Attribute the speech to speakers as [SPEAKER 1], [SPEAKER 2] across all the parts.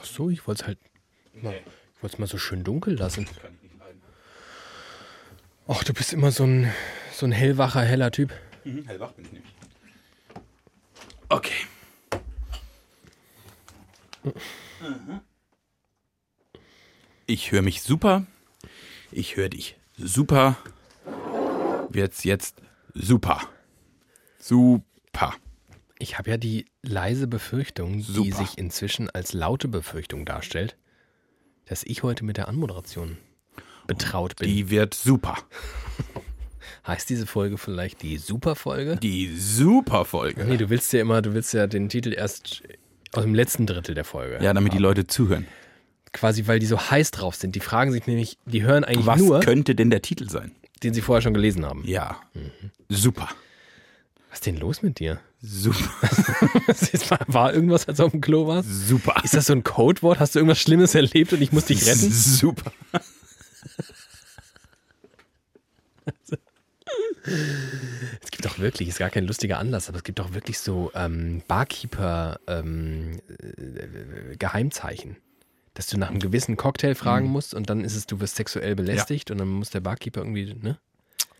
[SPEAKER 1] Ach so, ich wollte es halt mal, ich wollte es mal so schön dunkel lassen. Ach, du bist immer so ein, so ein hellwacher, heller Typ.
[SPEAKER 2] Mhm, hellwach bin ich nicht.
[SPEAKER 1] Okay.
[SPEAKER 2] Ich höre mich super. Ich höre dich super. Wird's jetzt super. Super.
[SPEAKER 1] Ich habe ja die leise Befürchtung, die
[SPEAKER 2] Super.
[SPEAKER 1] sich inzwischen als laute Befürchtung darstellt, dass ich heute mit der Anmoderation betraut bin.
[SPEAKER 2] Die wird super.
[SPEAKER 1] heißt diese Folge vielleicht die Superfolge?
[SPEAKER 2] Die super Folge.
[SPEAKER 1] Nee, du willst ja immer, du willst ja den Titel erst aus dem letzten Drittel der Folge.
[SPEAKER 2] Ja, damit die Leute zuhören.
[SPEAKER 1] Quasi, weil die so heiß drauf sind. Die fragen sich nämlich, die hören eigentlich
[SPEAKER 2] Was
[SPEAKER 1] nur,
[SPEAKER 2] könnte denn der Titel sein?
[SPEAKER 1] den sie vorher schon gelesen haben.
[SPEAKER 2] Ja.
[SPEAKER 1] Mhm.
[SPEAKER 2] Super.
[SPEAKER 1] Was ist denn los mit dir?
[SPEAKER 2] Super.
[SPEAKER 1] Das ist mal- War irgendwas, als du auf dem Klo warst?
[SPEAKER 2] Super.
[SPEAKER 1] Ist das so ein Codewort? Hast du irgendwas Schlimmes erlebt und ich muss dich retten?
[SPEAKER 2] Super.
[SPEAKER 1] Es gibt doch wirklich, ist gar kein lustiger Anlass, aber es gibt doch wirklich so ähm, Barkeeper-Geheimzeichen. dass du nach einem gewissen Cocktail fragen musst und dann ist es, du wirst sexuell belästigt und dann muss der Barkeeper irgendwie, ne?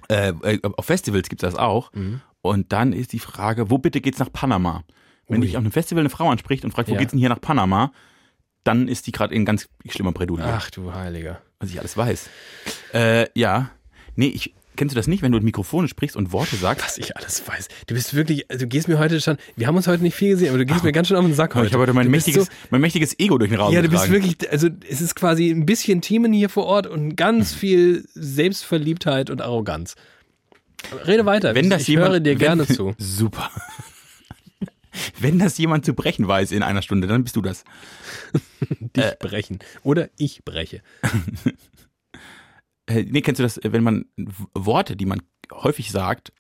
[SPEAKER 2] Äh, äh, auf Festivals gibt es das auch.
[SPEAKER 1] Mhm.
[SPEAKER 2] Und dann ist die Frage, wo bitte geht's nach Panama? Wenn
[SPEAKER 1] Ui.
[SPEAKER 2] dich auf einem Festival eine Frau anspricht und fragt, wo
[SPEAKER 1] Ja.
[SPEAKER 2] geht's denn hier nach Panama, dann ist die gerade in ganz schlimmer Bredouille.
[SPEAKER 1] Ach du Heiliger.
[SPEAKER 2] was ich alles weiß. Äh, ja. Nee, ich, kennst du das nicht, wenn du mit Mikrofonen sprichst und Worte sagst?
[SPEAKER 1] Was ich alles weiß. Du bist wirklich, also du gehst mir heute schon, wir haben uns heute nicht viel gesehen, aber du gehst mir ganz schön auf den Sack heute.
[SPEAKER 2] Ich habe heute mein
[SPEAKER 1] Du bist
[SPEAKER 2] mächtiges,
[SPEAKER 1] so-
[SPEAKER 2] mein mächtiges Ego durch den Raum
[SPEAKER 1] ja, du bist
[SPEAKER 2] getragen.
[SPEAKER 1] wirklich, also es ist quasi ein bisschen Themen hier vor Ort und ganz
[SPEAKER 2] Mhm.
[SPEAKER 1] viel Selbstverliebtheit und Arroganz. Rede weiter,
[SPEAKER 2] Wenn das
[SPEAKER 1] ich
[SPEAKER 2] jemand,
[SPEAKER 1] höre dir
[SPEAKER 2] wenn,
[SPEAKER 1] gerne zu.
[SPEAKER 2] Super. Wenn das jemand zu brechen weiß in einer Stunde, dann bist du das.
[SPEAKER 1] Dich brechen. Oder ich breche.
[SPEAKER 2] Äh, nee, kennst du das, äh, wenn man W- Worte, die man häufig sagt,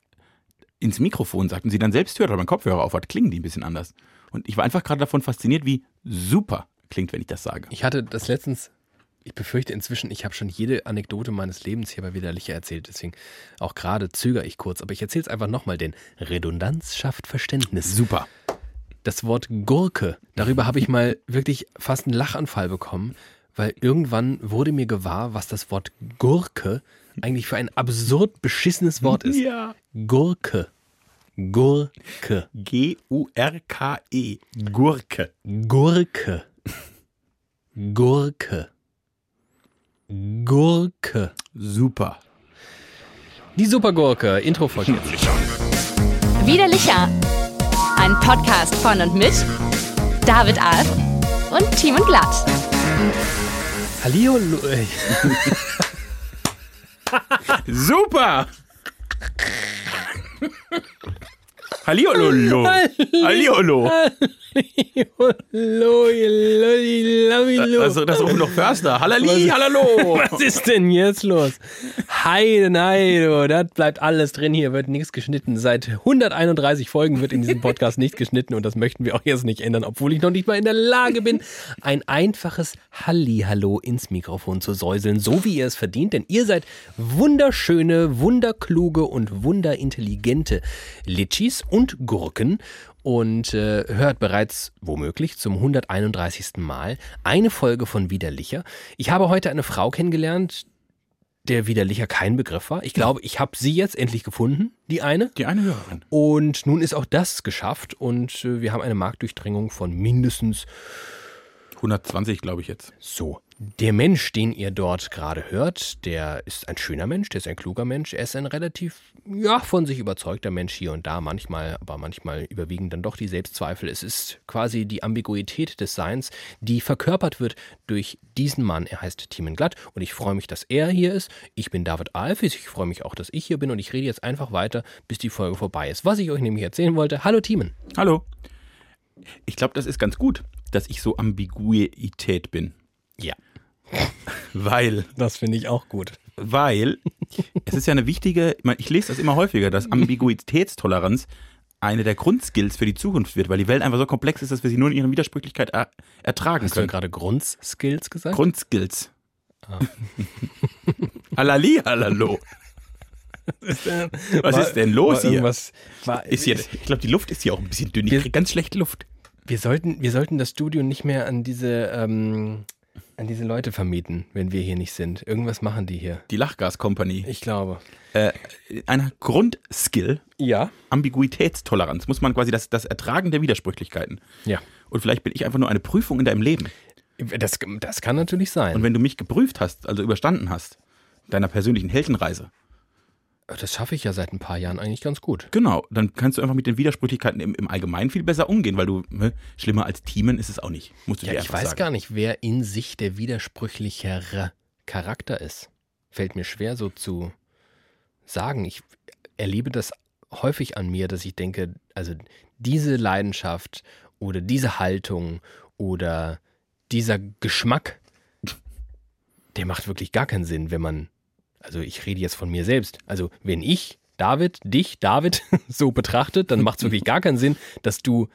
[SPEAKER 2] ins Mikrofon sagt und sie dann selbst hört, aber man Kopfhörer auf hat, klingen die ein bisschen anders. Und ich war einfach gerade davon fasziniert, wie super klingt, wenn ich das sage.
[SPEAKER 1] Ich hatte das letztens, ich befürchte inzwischen, ich habe schon jede Anekdote meines Lebens hier bei Widerlicher erzählt, deswegen auch gerade zögere ich kurz, aber ich erzähle es einfach nochmal, denn Redundanz schafft Verständnis.
[SPEAKER 2] Super.
[SPEAKER 1] Das Wort Gurke, darüber habe ich mal wirklich fast einen Lachanfall bekommen, weil irgendwann wurde mir gewahr, was das Wort Gurke eigentlich für ein absurd beschissenes Wort ist.
[SPEAKER 2] Ja.
[SPEAKER 1] Gurke. Gurke.
[SPEAKER 2] G-U-R-K-E. Gurke.
[SPEAKER 1] Gurke. Gurke. Gurke.
[SPEAKER 2] Super.
[SPEAKER 1] Die Supergurke. Intro folgt jetzt.
[SPEAKER 3] Widerlicher. Ein Podcast von und mit David Alf und Team und Glatt.
[SPEAKER 1] Hallihallo. äh,
[SPEAKER 2] Super! Halliololo. Halliolo.
[SPEAKER 1] Hallihallo, hallihallo.
[SPEAKER 2] Also das rufen doch Förster. Hallali, hallalo.
[SPEAKER 1] Was ist denn jetzt los? Heide, neide, oh, das bleibt alles drin. Hier wird nichts geschnitten. Seit 131 Folgen wird in diesem Podcast nicht geschnitten und das möchten wir auch jetzt nicht ändern, obwohl ich noch nicht mal in der Lage bin, ein einfaches Hallihallo ins Mikrofon zu säuseln, so wie ihr es verdient, denn ihr seid wunderschöne, wunderkluge und wunderintelligente Litschis und Gurken und äh, hört bereits womöglich zum 131. Mal eine Folge von Widerlicher. Ich habe heute eine Frau kennengelernt, der Widerlicher kein Begriff war. Ich glaube, ich habe sie jetzt endlich gefunden, die eine.
[SPEAKER 2] Die eine Hörerin.
[SPEAKER 1] Und nun ist auch das geschafft und äh, wir haben eine Marktdurchdringung von mindestens
[SPEAKER 2] 120, glaube ich jetzt.
[SPEAKER 1] so. Der Mensch, den ihr dort gerade hört, der ist ein schöner Mensch, der ist ein kluger Mensch, er ist ein relativ, ja, von sich überzeugter Mensch hier und da manchmal, aber manchmal überwiegen dann doch die Selbstzweifel. Es ist quasi die Ambiguität des Seins, die verkörpert wird durch diesen Mann. Er heißt Timen Glatt und ich freue mich, dass er hier ist. Ich bin David Alfis, ich freue mich auch, dass ich hier bin und ich rede jetzt einfach weiter, bis die Folge vorbei ist. Was ich euch nämlich erzählen wollte, hallo Timen.
[SPEAKER 2] Hallo. Ich glaube, das ist ganz gut, dass ich so Ambiguität bin.
[SPEAKER 1] Ja,
[SPEAKER 2] Weil,
[SPEAKER 1] das finde ich auch gut.
[SPEAKER 2] weil, es ist ja eine wichtige, ich meine, ich lese das immer häufiger, dass Ambiguitätstoleranz eine der Grundskills für die Zukunft wird, weil die Welt einfach so komplex ist, dass wir sie nur in ihrer Widersprüchlichkeit er ertragen
[SPEAKER 1] Hast du
[SPEAKER 2] können.
[SPEAKER 1] gerade Grundskills gesagt?
[SPEAKER 2] Grundskills. Halali, halalo. Was ist denn los hier?
[SPEAKER 1] hier? War,
[SPEAKER 2] Ist hier ich glaube, die Luft ist hier auch ein bisschen dünn. Ich
[SPEAKER 1] Wir-
[SPEAKER 2] kriege ganz schlechte Luft.
[SPEAKER 1] Wir sollten, wir sollten das Studio nicht mehr an diese, ähm, an diese Leute vermieten, wenn wir hier nicht sind. Irgendwas machen die hier.
[SPEAKER 2] Die Lachgas Company.
[SPEAKER 1] Ich glaube.
[SPEAKER 2] Äh, einer Grundskill,
[SPEAKER 1] Ja.
[SPEAKER 2] Ambiguitätstoleranz, muss man quasi das, das Ertragen der Widersprüchlichkeiten.
[SPEAKER 1] Ja.
[SPEAKER 2] Und vielleicht bin ich einfach nur eine Prüfung in deinem Leben.
[SPEAKER 1] Das, das kann natürlich sein.
[SPEAKER 2] Und wenn du mich geprüft hast, also überstanden hast, deiner persönlichen Heldenreise,
[SPEAKER 1] das schaffe ich ja seit ein paar Jahren eigentlich ganz gut.
[SPEAKER 2] genau, dann kannst du einfach mit den Widersprüchlichkeiten im, im Allgemeinen viel besser umgehen, weil du, ne, schlimmer als Teamen ist es auch nicht. Musst du
[SPEAKER 1] Ja,
[SPEAKER 2] dir
[SPEAKER 1] ich
[SPEAKER 2] einfach
[SPEAKER 1] weiß
[SPEAKER 2] sagen.
[SPEAKER 1] gar nicht, wer in sich der widersprüchlichere Charakter ist. Fällt mir schwer so zu sagen. Ich erlebe das häufig an mir, dass ich denke, also diese Leidenschaft oder diese Haltung oder dieser Geschmack, der macht wirklich gar keinen Sinn, wenn man, also ich rede jetzt von mir selbst, also wenn ich David, dich, David, so betrachtet, dann macht es wirklich gar keinen Sinn, dass du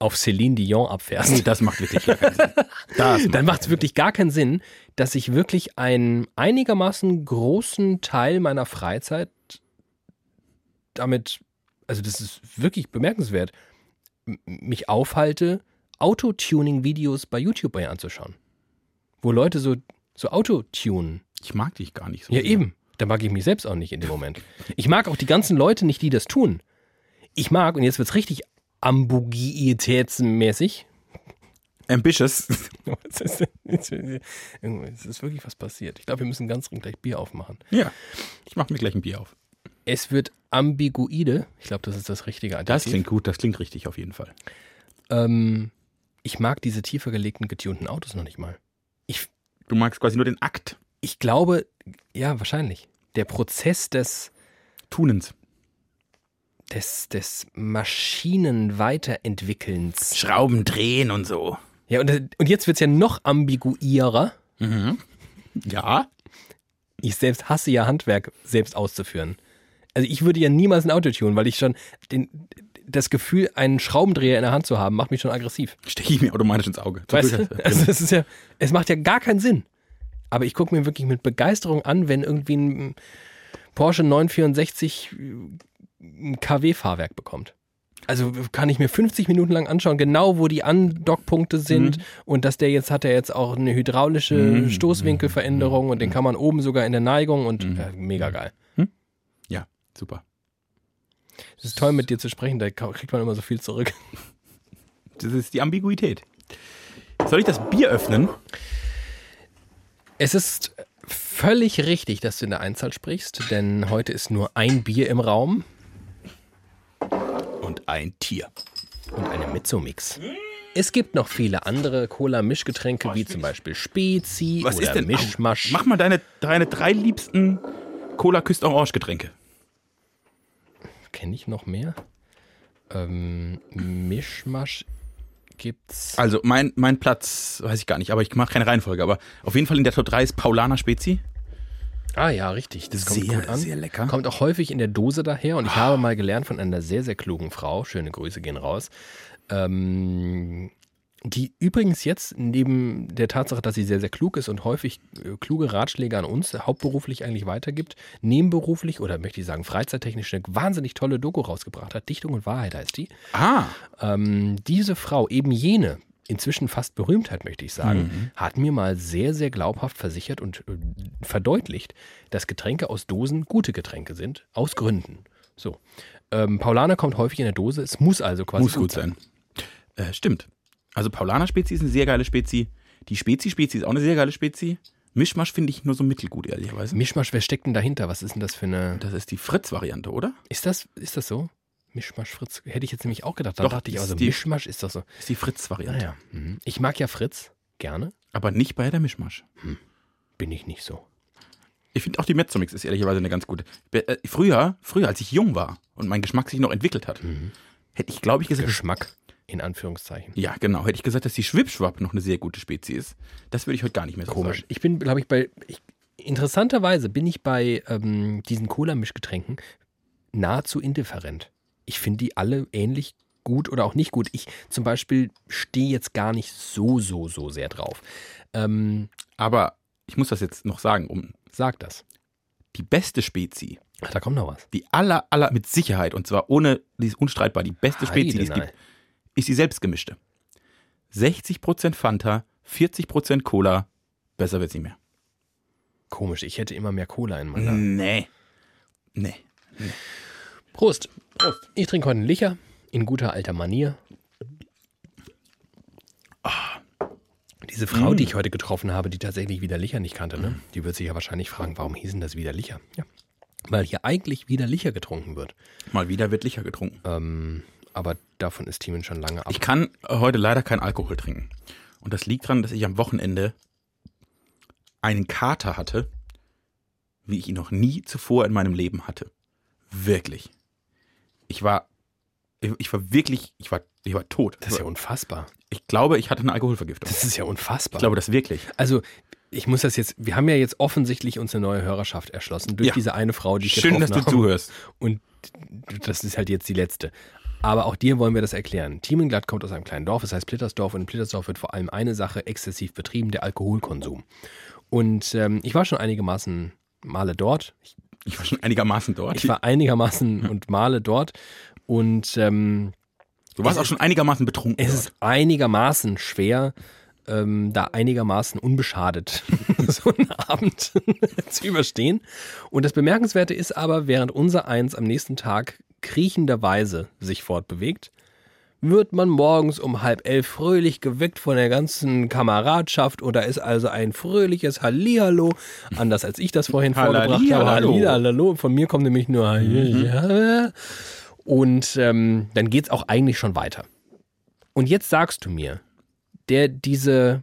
[SPEAKER 1] auf Celine Dion abfährst
[SPEAKER 2] Nee, das macht wirklich gar keinen Sinn. Das
[SPEAKER 1] dann macht es wirklich gar keinen Sinn, dass ich wirklich einen einigermaßen großen Teil meiner Freizeit damit, also das ist wirklich bemerkenswert, m- mich aufhalte, Autotuning-Videos bei YouTube mir anzuschauen. Wo Leute so, so Autotunen.
[SPEAKER 2] Ich mag dich gar nicht so.
[SPEAKER 1] Ja,
[SPEAKER 2] sehr.
[SPEAKER 1] eben. Da mag ich mich selbst auch nicht in dem Moment. Ich mag auch die ganzen Leute nicht, die das tun. Ich mag, und jetzt wird es richtig ambiguitätsmäßig,
[SPEAKER 2] Ambitious.
[SPEAKER 1] es ist, es ist wirklich was passiert. Ich glaube, wir müssen ganz dringend gleich Bier aufmachen.
[SPEAKER 2] Ja. Ich mach mir gleich ein Bier auf.
[SPEAKER 1] Es wird ambiguide. Ich glaube, das ist das richtige Adjektiv.
[SPEAKER 2] Das klingt gut, das klingt richtig auf jeden Fall.
[SPEAKER 1] Ähm, ich mag diese tiefer gelegten, getunten Autos noch nicht mal. Ich,
[SPEAKER 2] Du magst quasi nur den Akt
[SPEAKER 1] ich glaube, ja, wahrscheinlich. Der Prozess des,
[SPEAKER 2] Tunens.
[SPEAKER 1] des, des Maschinenweiterentwickelns.
[SPEAKER 2] Schrauben drehen und so.
[SPEAKER 1] Ja, und, und jetzt wird es ja noch ambiguierer.
[SPEAKER 2] Mhm. Ja.
[SPEAKER 1] ich selbst hasse ja Handwerk selbst auszuführen. Also ich würde ja niemals ein Auto tunen, weil ich schon den, das Gefühl, einen Schraubendreher in der Hand zu haben, macht mich schon aggressiv.
[SPEAKER 2] Steche ich mir automatisch ins Auge. Zum
[SPEAKER 1] Weißt
[SPEAKER 2] Glück
[SPEAKER 1] du?
[SPEAKER 2] hast du-
[SPEAKER 1] Also es ist ja, es macht ja gar keinen Sinn. Aber ich gucke mir wirklich mit Begeisterung an, wenn irgendwie ein Porsche 964 ein KW-Fahrwerk bekommt. Also kann ich mir 50 Minuten lang anschauen, genau wo die Andockpunkte sind und dass der jetzt hat er jetzt auch eine hydraulische
[SPEAKER 2] Mhm.
[SPEAKER 1] Stoßwinkelveränderung und den kann man oben sogar in der Neigung und äh, mega geil.
[SPEAKER 2] Ja, super.
[SPEAKER 1] Es ist toll, mit dir zu sprechen, da ka- kriegt man immer so viel zurück.
[SPEAKER 2] Das ist die Ambiguität. Soll ich das Bier öffnen?
[SPEAKER 1] Es ist völlig richtig, dass du in der Einzahl sprichst, denn heute ist nur ein Bier im Raum
[SPEAKER 2] Und ein Tier.
[SPEAKER 1] und eine Mezzo-Mix. Es gibt noch viele andere Cola-Mischgetränke, wie zum Beispiel Spezi
[SPEAKER 2] Was
[SPEAKER 1] oder
[SPEAKER 2] ist denn?
[SPEAKER 1] Mischmasch.
[SPEAKER 2] Mach mal deine, deine drei liebsten Cola küsst Orange Getränke.
[SPEAKER 1] Kenne ich noch mehr? Ähm, Mischmasch gibt's.
[SPEAKER 2] Also mein, mein Platz, weiß ich gar nicht, aber ich mache keine Reihenfolge, aber auf jeden Fall in der Top 3 ist Paulaner Spezi.
[SPEAKER 1] Ah ja, richtig. Das kommt
[SPEAKER 2] Sehr,
[SPEAKER 1] gut an.
[SPEAKER 2] sehr lecker.
[SPEAKER 1] Kommt auch häufig in der Dose daher. Und ich habe mal gelernt von einer sehr, sehr klugen Frau, schöne Grüße gehen raus, ähm, die übrigens jetzt neben der Tatsache, dass sie sehr, sehr klug ist und häufig äh, kluge Ratschläge an uns äh, hauptberuflich eigentlich weitergibt, nebenberuflich oder möchte ich sagen freizeittechnisch eine wahnsinnig tolle Doku rausgebracht hat. Dichtung und Wahrheit heißt die.
[SPEAKER 2] Ah,
[SPEAKER 1] Ähm, diese Frau, eben jene, inzwischen fast Berühmtheit, möchte ich sagen,
[SPEAKER 2] Mhm.
[SPEAKER 1] hat mir mal sehr, sehr glaubhaft versichert und äh, verdeutlicht, dass Getränke aus Dosen gute Getränke sind, aus Gründen. So. Ähm, Paulaner kommt häufig in der Dose, es muss also quasi
[SPEAKER 2] muss gut sein. Äh, stimmt. Also Paulaner Spezi ist eine sehr geile Spezi. Die Spezi-Spezi ist auch eine sehr geile Spezi. Mischmasch finde ich nur so mittelgut, ehrlicherweise.
[SPEAKER 1] Mischmasch, wer steckt denn dahinter? Was ist denn das für eine.
[SPEAKER 2] Das ist die Fritz-Variante, oder?
[SPEAKER 1] Ist das, ist das so? Mischmasch Fritz. Hätte ich jetzt nämlich auch gedacht. Da
[SPEAKER 2] Doch,
[SPEAKER 1] dachte ich,
[SPEAKER 2] ist
[SPEAKER 1] also
[SPEAKER 2] die-
[SPEAKER 1] Mischmasch ist doch so.
[SPEAKER 2] Das ist die Fritz-Variante.
[SPEAKER 1] Naja. Mhm. Ich mag ja Fritz gerne.
[SPEAKER 2] Aber nicht bei der Mischmasch.
[SPEAKER 1] Bin ich nicht so.
[SPEAKER 2] Ich finde auch die Mezzomix ist ehrlicherweise eine ganz gute. Be- äh, Früher, früher, als ich jung war und mein Geschmack sich noch entwickelt hat,
[SPEAKER 1] Mhm.
[SPEAKER 2] hätte ich, glaube ich, gesagt,
[SPEAKER 1] Geschmack, in Anführungszeichen.
[SPEAKER 2] ja, genau, hätte ich gesagt, dass die Schwipschwapp noch eine sehr gute Spezie ist. Das würde ich heute gar nicht mehr so
[SPEAKER 1] Komisch.
[SPEAKER 2] sagen.
[SPEAKER 1] Ich bin, glaube ich, bei. Ich, interessanterweise bin ich bei ähm, diesen Cola-Mischgetränken nahezu indifferent. Ich finde die alle ähnlich gut oder auch nicht gut. Ich zum Beispiel stehe jetzt gar nicht so, so, so sehr drauf. Ähm,
[SPEAKER 2] Aber ich muss das jetzt noch sagen, um
[SPEAKER 1] sag das.
[SPEAKER 2] die beste Spezie,
[SPEAKER 1] Ach, da kommt noch was.
[SPEAKER 2] die aller, aller mit Sicherheit und zwar ohne, die ist unstreitbar, die beste Spezie, die es
[SPEAKER 1] Heidenei.
[SPEAKER 2] gibt, ist die selbstgemischte. 60% Fanta, 40% Cola, besser wird's nicht mehr.
[SPEAKER 1] Komisch, ich hätte immer mehr Cola in meiner.
[SPEAKER 2] Nee. Nee.
[SPEAKER 1] Prost. Ich trinke heute einen Licher in guter alter Manier. Ah. Diese Frau, die ich heute getroffen habe, die tatsächlich wieder Licher nicht kannte, ne? die wird sich ja wahrscheinlich fragen, warum hießen das wieder Licher? Ja. Weil hier eigentlich wieder Licher getrunken wird. Ähm,
[SPEAKER 2] Mal wieder wird Licher getrunken.
[SPEAKER 1] Aber davon ist Timon schon lange ab.
[SPEAKER 2] Ich kann heute leider keinen Alkohol trinken. Und das liegt daran, dass ich am Wochenende einen Kater hatte, wie ich ihn noch nie zuvor in meinem Leben hatte. Wirklich. Ich war, ich war wirklich, ich war, ich war tot.
[SPEAKER 1] das ist ja unfassbar.
[SPEAKER 2] ich glaube, ich hatte eine Alkoholvergiftung.
[SPEAKER 1] Das ist ja unfassbar.
[SPEAKER 2] Ich glaube das wirklich.
[SPEAKER 1] Also, ich muss das jetzt, wir haben ja jetzt offensichtlich uns eine neue Hörerschaft erschlossen durch
[SPEAKER 2] Ja.
[SPEAKER 1] diese eine Frau, die ich
[SPEAKER 2] Schön, dass
[SPEAKER 1] getroffen
[SPEAKER 2] du
[SPEAKER 1] habe.
[SPEAKER 2] zuhörst.
[SPEAKER 1] Und das ist halt jetzt die letzte. Aber auch dir wollen wir das erklären. Thiemenglatt kommt aus einem kleinen Dorf, es heißt Plittersdorf. Und in Plittersdorf wird vor allem eine Sache exzessiv betrieben, der Alkoholkonsum. Und ähm, ich war schon einigermaßen Male dort. Ich,
[SPEAKER 2] Ich war schon einigermaßen dort.
[SPEAKER 1] ich war einigermaßen und Male dort. Und ähm,
[SPEAKER 2] du warst auch schon einigermaßen betrunken.
[SPEAKER 1] es ist einigermaßen schwer, ähm, da einigermaßen unbeschadet so einen Abend zu überstehen. Und das Bemerkenswerte ist aber, während unser Eins am nächsten Tag kriechenderweise sich fortbewegt, wird man morgens um halb elf fröhlich geweckt von der ganzen Kameradschaft und da ist also ein fröhliches Hallihallo, anders als ich das vorhin vorgebracht habe.
[SPEAKER 2] Hallihallo.
[SPEAKER 1] Hallihallo, von mir kommt nämlich nur Hallihallo. Und ähm, dann geht's auch eigentlich schon weiter. Und jetzt sagst du mir, der diese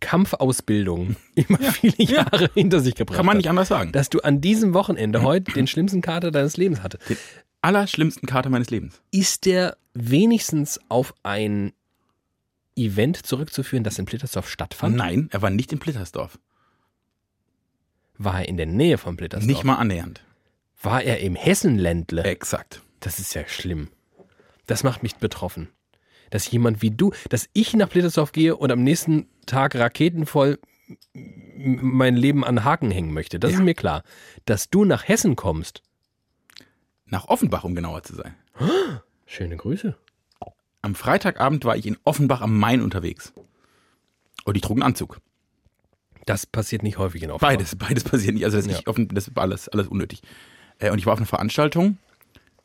[SPEAKER 1] Kampfausbildung über viele Jahre hinter sich gebracht
[SPEAKER 2] Kann man nicht
[SPEAKER 1] hat,
[SPEAKER 2] anders sagen.
[SPEAKER 1] dass du an diesem Wochenende heute den schlimmsten Kater deines Lebens hattest
[SPEAKER 2] Allerschlimmsten Karte meines Lebens.
[SPEAKER 1] ist der wenigstens auf ein Event zurückzuführen, das in Plittersdorf stattfand?
[SPEAKER 2] Nein, er war nicht in Plittersdorf.
[SPEAKER 1] War er in der Nähe von Plittersdorf?
[SPEAKER 2] Nicht mal annähernd.
[SPEAKER 1] War er im Hessenländle?
[SPEAKER 2] Exakt.
[SPEAKER 1] Das ist ja schlimm. Das macht mich betroffen. Dass jemand wie du, dass ich nach Plittersdorf gehe und am nächsten Tag raketenvoll m- mein Leben an Haken hängen möchte. Das ist mir klar. Dass du nach Hessen kommst.
[SPEAKER 2] Nach Offenbach, um genauer zu sein.
[SPEAKER 1] Schöne Grüße.
[SPEAKER 2] Am Freitagabend war ich in Offenbach am Main unterwegs. Und ich trug einen Anzug.
[SPEAKER 1] Das passiert nicht häufig in Offenbach.
[SPEAKER 2] Beides, beides passiert nicht. Also das, ist, nicht offen, das ist alles, alles unnötig. Äh, und ich war auf einer Veranstaltung,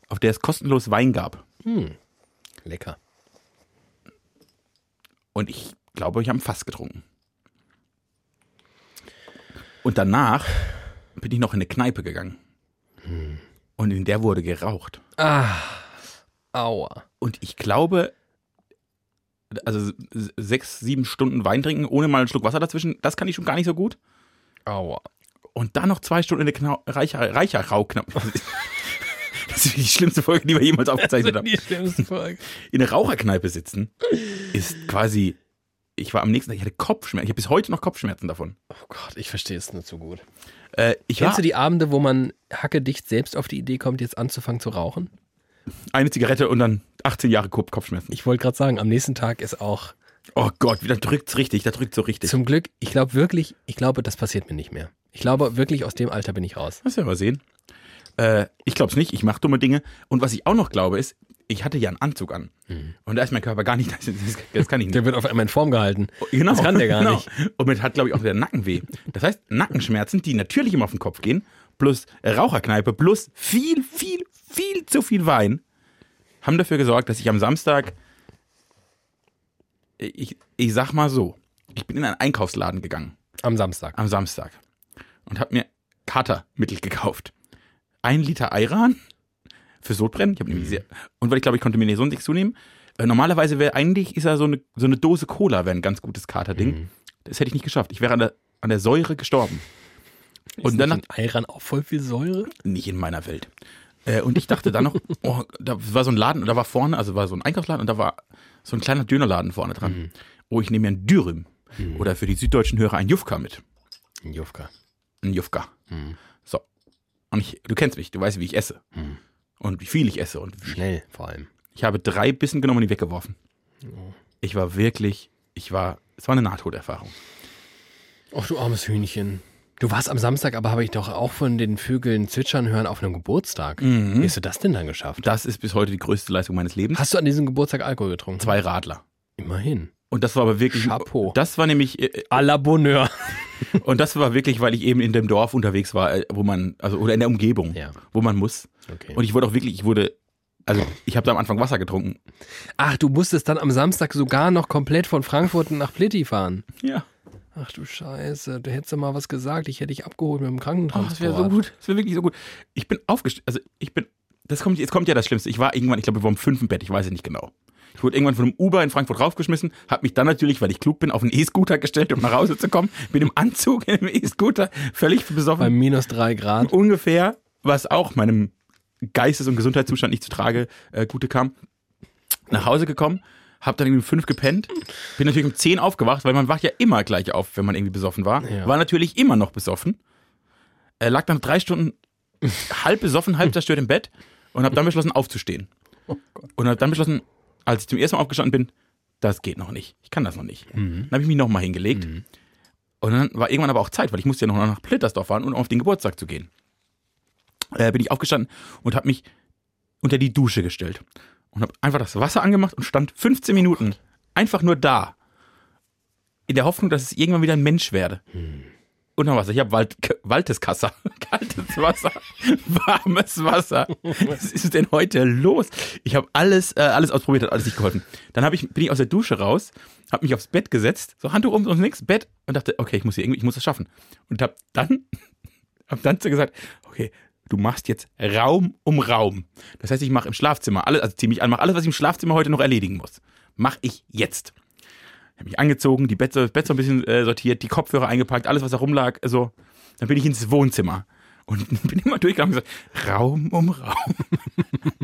[SPEAKER 2] auf der es kostenlos Wein gab.
[SPEAKER 1] Lecker.
[SPEAKER 2] Und ich glaube, ich habe fast getrunken. Und danach bin ich noch in eine Kneipe gegangen. Und in der wurde geraucht.
[SPEAKER 1] Ah. Aua.
[SPEAKER 2] Und ich glaube, also s- sechs, sieben Stunden Wein trinken, ohne mal einen Schluck Wasser dazwischen, das kann ich schon gar nicht so gut.
[SPEAKER 1] Aua.
[SPEAKER 2] Und dann noch zwei Stunden in der Knau Reicher, Reicher knapp. Das ist die schlimmste Folge, die wir jemals aufgezeichnet haben.
[SPEAKER 1] die schlimmste Folge.
[SPEAKER 2] In einer Raucherkneipe sitzen ist quasi. Ich war am nächsten Tag, ich hatte Kopfschmerzen. Ich habe bis heute noch Kopfschmerzen davon.
[SPEAKER 1] Oh Gott, ich verstehe es nicht so gut.
[SPEAKER 2] Äh, ich
[SPEAKER 1] Kennst
[SPEAKER 2] war
[SPEAKER 1] du die Abende, wo man hackedicht selbst auf die Idee kommt, jetzt anzufangen zu rauchen?
[SPEAKER 2] eine Zigarette und dann 18 Jahre Kopf- Kopfschmerzen.
[SPEAKER 1] Ich wollte gerade sagen, am nächsten Tag ist auch.
[SPEAKER 2] oh Gott, da drückt's richtig, da drückt's so richtig.
[SPEAKER 1] Zum Glück, ich glaube wirklich, ich glaube, das passiert mir nicht mehr. Ich glaube wirklich, aus dem Alter bin ich raus.
[SPEAKER 2] Lass ja mal sehen. Äh, ich glaub's nicht, ich mache dumme Dinge. Und was ich auch noch glaube, ist, ich hatte ja einen Anzug an.
[SPEAKER 1] Mhm.
[SPEAKER 2] Und da ist mein Körper gar nicht. Das, das, das kann ich nicht.
[SPEAKER 1] Der wird auf einmal in Form gehalten.
[SPEAKER 2] Genau.
[SPEAKER 1] Das kann der gar
[SPEAKER 2] genau.
[SPEAKER 1] nicht.
[SPEAKER 2] Und mit hat, glaube ich, auch der Nacken weh. Das heißt, Nackenschmerzen, die natürlich immer auf den Kopf gehen, plus Raucherkneipe, plus viel, viel, viel zu viel Wein, haben dafür gesorgt, dass ich am Samstag, ich, ich sag mal so, ich bin in einen Einkaufsladen gegangen
[SPEAKER 1] Am Samstag.
[SPEAKER 2] am Samstag und habe mir Katermittel gekauft. Ein Liter Ayran für Sodbrennen. Ich hab
[SPEAKER 1] Mhm.
[SPEAKER 2] nämlich sehr, und weil ich glaube, ich konnte mir nicht so nichts zunehmen. Äh, Normalerweise wäre eigentlich ist ja so eine, so eine Dose Cola wäre ein ganz gutes Katerding.
[SPEAKER 1] Mhm.
[SPEAKER 2] Das hätte ich nicht geschafft. Ich wäre an der, an der Säure gestorben. Und dann
[SPEAKER 1] Ist nicht in Ayran auch voll viel Säure?
[SPEAKER 2] nicht in meiner Welt. Äh, und ich dachte dann noch, oh, da war so ein Laden und da war vorne, also war so ein Einkaufsladen und da war so ein kleiner Dönerladen vorne dran.
[SPEAKER 1] Mhm.
[SPEAKER 2] Oh, ich nehme mir einen Dürüm oder für die süddeutschen Hörer ein Jufka mit.
[SPEAKER 1] Jufka.
[SPEAKER 2] Ein Jufka.
[SPEAKER 1] Mhm.
[SPEAKER 2] So. Und ich, du kennst mich, du weißt, wie ich esse. Und wie viel ich esse. Und
[SPEAKER 1] Schnell vor allem.
[SPEAKER 2] ich habe drei Bissen genommen und die weggeworfen.
[SPEAKER 1] Oh.
[SPEAKER 2] Ich war wirklich, ich war, es war eine Nahtoderfahrung.
[SPEAKER 1] Ach du armes Hühnchen. Du warst am Samstag, aber habe ich doch auch von den Vögeln zwitschern hören auf einem Geburtstag. Wie hast du das denn dann geschafft?
[SPEAKER 2] Das ist bis heute die größte Leistung meines Lebens.
[SPEAKER 1] Hast du an diesem Geburtstag Alkohol getrunken?
[SPEAKER 2] Zwei Radler.
[SPEAKER 1] Immerhin.
[SPEAKER 2] Und das war aber wirklich.
[SPEAKER 1] Chapeau.
[SPEAKER 2] Das war nämlich. äh,
[SPEAKER 1] A la Bonheur.
[SPEAKER 2] Und das war wirklich, weil ich eben in dem Dorf unterwegs war, äh, wo man, also oder in der Umgebung,
[SPEAKER 1] Ja.
[SPEAKER 2] wo man muss.
[SPEAKER 1] Okay.
[SPEAKER 2] Und ich wurde auch wirklich, ich wurde, also ich habe da am Anfang Wasser getrunken.
[SPEAKER 1] Ach, du musstest dann am Samstag sogar noch komplett von Frankfurt nach Plitty fahren.
[SPEAKER 2] Ja.
[SPEAKER 1] Ach du Scheiße, du hättest ja mal was gesagt. Ich hätte dich abgeholt mit dem
[SPEAKER 2] Oh,
[SPEAKER 1] Krankentransport.
[SPEAKER 2] das wäre so gut. Das wäre wirklich so gut. Ich bin aufgestanden, also ich bin, das kommt, jetzt kommt ja das Schlimmste. Ich war irgendwann, ich glaube, ich war um fünf im Bett, ich weiß es nicht genau. Ich wurde irgendwann von einem Uber in Frankfurt raufgeschmissen, habe mich dann natürlich, weil ich klug bin, auf einen E-Scooter gestellt, um nach Hause zu kommen, mit dem Anzug im E-Scooter, völlig
[SPEAKER 1] Bei
[SPEAKER 2] besoffen.
[SPEAKER 1] minus drei Grad.
[SPEAKER 2] ungefähr, was auch meinem Geistes- und Gesundheitszustand nicht zu Trage äh, gute kam, nach Hause gekommen, hab dann irgendwie um fünf gepennt, bin natürlich um zehn aufgewacht, weil man wacht ja immer gleich auf, wenn man irgendwie besoffen war.
[SPEAKER 1] Ja.
[SPEAKER 2] War natürlich immer noch besoffen. Äh, lag dann drei Stunden halb besoffen, halb zerstört im Bett und hab dann beschlossen aufzustehen. und hab dann beschlossen, als ich zum ersten Mal aufgestanden bin, das geht noch nicht. Ich kann das noch nicht. Dann habe ich mich nochmal hingelegt. Und dann war irgendwann aber auch Zeit, weil ich musste ja noch nach Plittersdorf fahren, um auf den Geburtstag zu gehen äh, bin ich aufgestanden und habe mich unter die Dusche gestellt und habe einfach das Wasser angemacht und stand 15 Minuten einfach nur da in der Hoffnung, dass es irgendwann wieder ein Mensch werde. Und noch Wasser. Ich habe Wald, K- Waldeskasser. Kaltes Wasser. Warmes Wasser. Was ist denn heute los? Ich habe alles, äh, alles ausprobiert, hat alles nicht geholfen. Dann hab ich, bin ich aus der Dusche raus, habe mich aufs Bett gesetzt, so Handtuch um und nix, Bett und dachte, okay, ich muss hier irgendwie, ich muss das schaffen. Und habe dann hab dann so gesagt, okay, du machst jetzt Raum um Raum. Das heißt, ich mache im Schlafzimmer alles, also zieh mich an, mach alles, was ich im Schlafzimmer heute noch erledigen muss. Mach ich jetzt. Hab mich angezogen, die Bett, das Bett so ein bisschen äh, sortiert, die Kopfhörer eingepackt, alles, was da rumlag, also. Dann bin ich ins Wohnzimmer und bin immer durchgegangen und gesagt, Raum um Raum.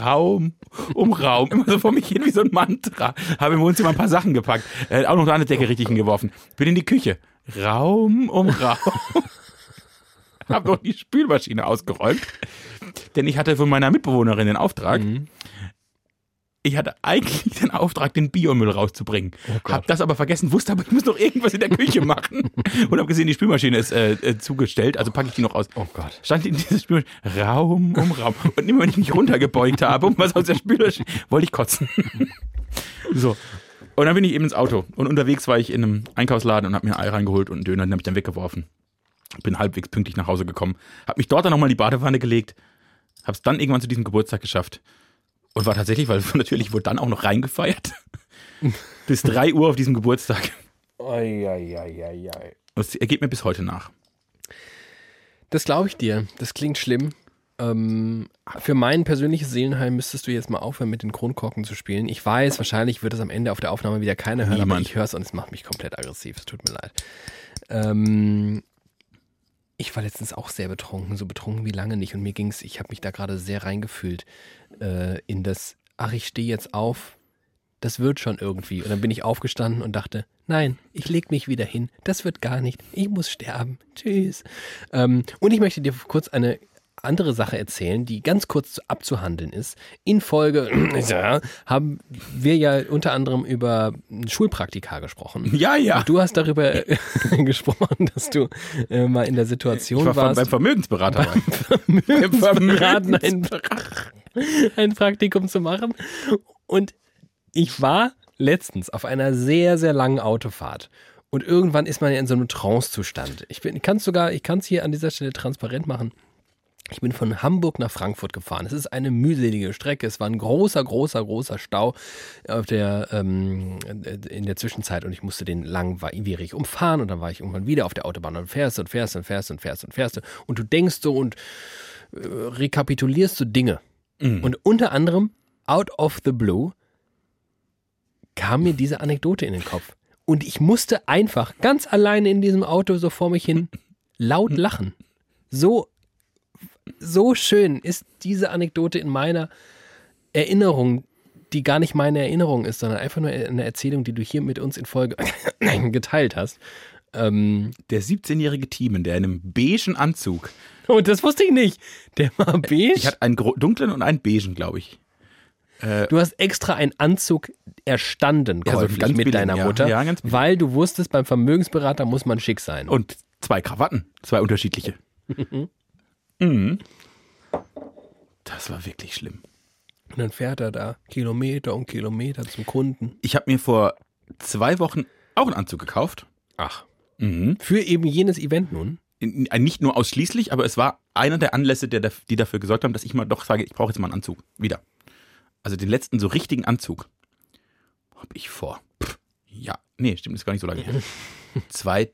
[SPEAKER 2] Raum um Raum. Immer so vor mich hin wie so ein Mantra. Habe im Wohnzimmer ein paar Sachen gepackt. Äh, auch noch da eine Decke richtig hingeworfen. Bin in die Küche. Raum um Raum. Habe noch die Spülmaschine ausgeräumt. Denn ich hatte von meiner Mitbewohnerin den Auftrag.
[SPEAKER 1] Mhm.
[SPEAKER 2] Ich hatte eigentlich den Auftrag, den Biomüll rauszubringen.
[SPEAKER 1] Oh Gott.
[SPEAKER 2] habe das aber vergessen, wusste aber, ich muss noch irgendwas in der Küche machen. Und habe gesehen, die Spülmaschine ist äh, äh, zugestellt, also packe ich die noch aus
[SPEAKER 1] Oh Gott.
[SPEAKER 2] stand in dieses Spülmaschine Raum um Raum. Und immer wenn ich mich runtergebeugt habe, um was aus der Spülmaschine, wollte ich kotzen. so. Und dann bin ich eben ins Auto. Und unterwegs war ich in einem Einkaufsladen und habe mir ein Ei reingeholt und einen Döner, den habe ich dann weggeworfen. Bin halbwegs pünktlich nach Hause gekommen. Habe mich dort dann nochmal in die Badewanne gelegt. Habe es dann irgendwann zu diesem Geburtstag geschafft. Und war tatsächlich, weil natürlich wurde dann auch noch reingefeiert. bis 3 Uhr auf diesem Geburtstag. Und es geht mir bis heute nach.
[SPEAKER 1] Das glaube ich dir. Das klingt schlimm. Ähm, für mein persönliches Seelenheim müsstest du jetzt mal aufhören, mit den Kronkorken zu spielen. Ich weiß, wahrscheinlich wird es am Ende auf der Aufnahme wieder keiner hören,
[SPEAKER 2] Niemand.
[SPEAKER 1] aber ich höre es und es macht mich komplett aggressiv. Es tut mir leid. Ähm, ich war letztens auch sehr betrunken, so betrunken wie lange nicht. Und mir ging's, ich habe mich da gerade sehr reingefühlt äh, in das, ach, ich stehe jetzt auf, das wird schon irgendwie. Und dann bin ich aufgestanden und dachte, nein, ich leg mich wieder hin, das wird gar nicht, ich muss sterben, tschüss. Ähm, und ich möchte dir kurz eine andere Sache erzählen, die ganz kurz zu, abzuhandeln ist. In Folge ja, haben wir ja unter anderem über Schulpraktika gesprochen.
[SPEAKER 2] Ja, ja.
[SPEAKER 1] Und du hast darüber äh, gesprochen, dass du äh, mal in der Situation
[SPEAKER 2] Ich war von-
[SPEAKER 1] warst.
[SPEAKER 2] beim Vermögensberater. Beim
[SPEAKER 1] Vermögensberaten ein, ein Praktikum zu machen. Und ich war letztens auf einer sehr, sehr langen Autofahrt. Und irgendwann ist man ja in so einem Trance-Zustand. Ich bin, kann sogar, ich kann es hier an dieser Stelle transparent machen. Ich bin von Hamburg nach Frankfurt gefahren. Es ist eine mühselige Strecke. Es war ein großer, großer, großer Stau auf der, ähm, in der Zwischenzeit und ich musste den langwierig umfahren und dann war ich irgendwann wieder auf der Autobahn und fährst und fährst und fährst und fährst und fährst und, und du denkst so und äh, rekapitulierst so Dinge. Und unter anderem, out of the blue, kam mir diese Anekdote in den Kopf. Und ich musste einfach ganz alleine in diesem Auto so vor mich hin laut lachen. So, so schön ist diese Anekdote in meiner Erinnerung, die gar nicht meine Erinnerung ist, sondern einfach nur eine Erzählung, die du hier mit uns in Folge geteilt hast. Ähm,
[SPEAKER 2] Der 17-jährige Thiemen, der in einem beigen Anzug.
[SPEAKER 1] und das wusste ich nicht. Der war beige.
[SPEAKER 2] Ich hatte einen gro- dunklen und einen beigen, glaube ich.
[SPEAKER 1] Du hast extra einen Anzug erstanden
[SPEAKER 2] Ja, so
[SPEAKER 1] käuflich mit
[SPEAKER 2] ganz billigen,
[SPEAKER 1] deiner
[SPEAKER 2] ja.
[SPEAKER 1] Mutter,
[SPEAKER 2] Ja, ganz billig.
[SPEAKER 1] weil du wusstest, beim Vermögensberater muss man schick sein.
[SPEAKER 2] Und Zwei Krawatten, zwei unterschiedliche. mhm. Das war wirklich schlimm.
[SPEAKER 1] Und dann fährt er da Kilometer um Kilometer zum Kunden.
[SPEAKER 2] Ich habe mir vor zwei Wochen auch einen Anzug gekauft.
[SPEAKER 1] Ach.
[SPEAKER 2] Mhm.
[SPEAKER 1] Für eben jenes Event nun.
[SPEAKER 2] In- in- Nicht nur ausschließlich, aber es war einer der Anlässe, der, daf- die dafür gesorgt haben, dass ich mal doch sage, ich brauche jetzt mal einen Anzug. Wieder. Also den letzten so richtigen Anzug. Hab ich vor. Pff, ja, nee, stimmt, ist gar nicht so lange her.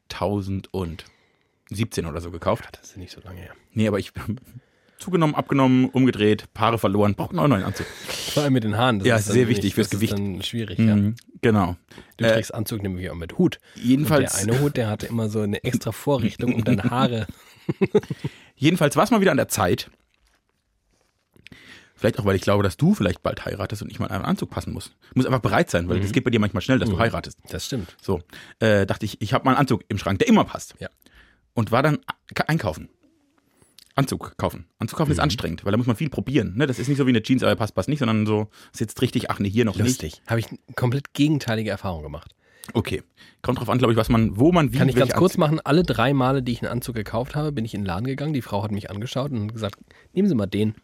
[SPEAKER 2] 2017 oder so gekauft.
[SPEAKER 1] Das ist nicht so lange her.
[SPEAKER 2] Nee, aber ich zugenommen, abgenommen, umgedreht, Paare verloren, braucht einen neuen Anzug.
[SPEAKER 1] Vor allem mit den Haaren. Das
[SPEAKER 2] Ja,
[SPEAKER 1] ist dann
[SPEAKER 2] sehr wichtig fürs
[SPEAKER 1] das ist
[SPEAKER 2] Gewicht.
[SPEAKER 1] Dann schwierig, ja.
[SPEAKER 2] Mhm, genau.
[SPEAKER 1] Du
[SPEAKER 2] Äh,
[SPEAKER 1] trägst Anzug nämlich auch mit Hut.
[SPEAKER 2] Jedenfalls-
[SPEAKER 1] Und der eine Hut, der hatte immer so eine extra Vorrichtung, um deine Haare.
[SPEAKER 2] Jedenfalls war es mal wieder an der Zeit. Vielleicht auch, weil ich glaube, dass du vielleicht bald heiratest und ich mal in einen Anzug passen muss. Muss einfach bereit sein, weil das geht bei dir manchmal schnell, dass du heiratest.
[SPEAKER 1] Mhm. Das stimmt.
[SPEAKER 2] So, äh, dachte ich, ich habe mal einen Anzug im Schrank, der immer passt.
[SPEAKER 1] Ja.
[SPEAKER 2] Und war dann a- einkaufen. Anzug kaufen.
[SPEAKER 1] Mhm.
[SPEAKER 2] Anzug kaufen ist anstrengend, weil da muss man viel probieren. Ne? Das ist nicht so wie eine Jeans, aber passt, passt nicht, sondern so, sitzt richtig, ach nee, hier noch nicht.
[SPEAKER 1] Lustig. Habe ich eine komplett gegenteilige Erfahrung gemacht.
[SPEAKER 2] Okay. Kommt drauf an, glaube ich, was man, wo man, wie,
[SPEAKER 1] Kann ich ganz
[SPEAKER 2] welche
[SPEAKER 1] kurz machen, alle drei Male, die ich einen Anzug gekauft habe, bin ich in den Laden gegangen, die Frau hat mich angeschaut und hat gesagt, nehmen Sie mal den.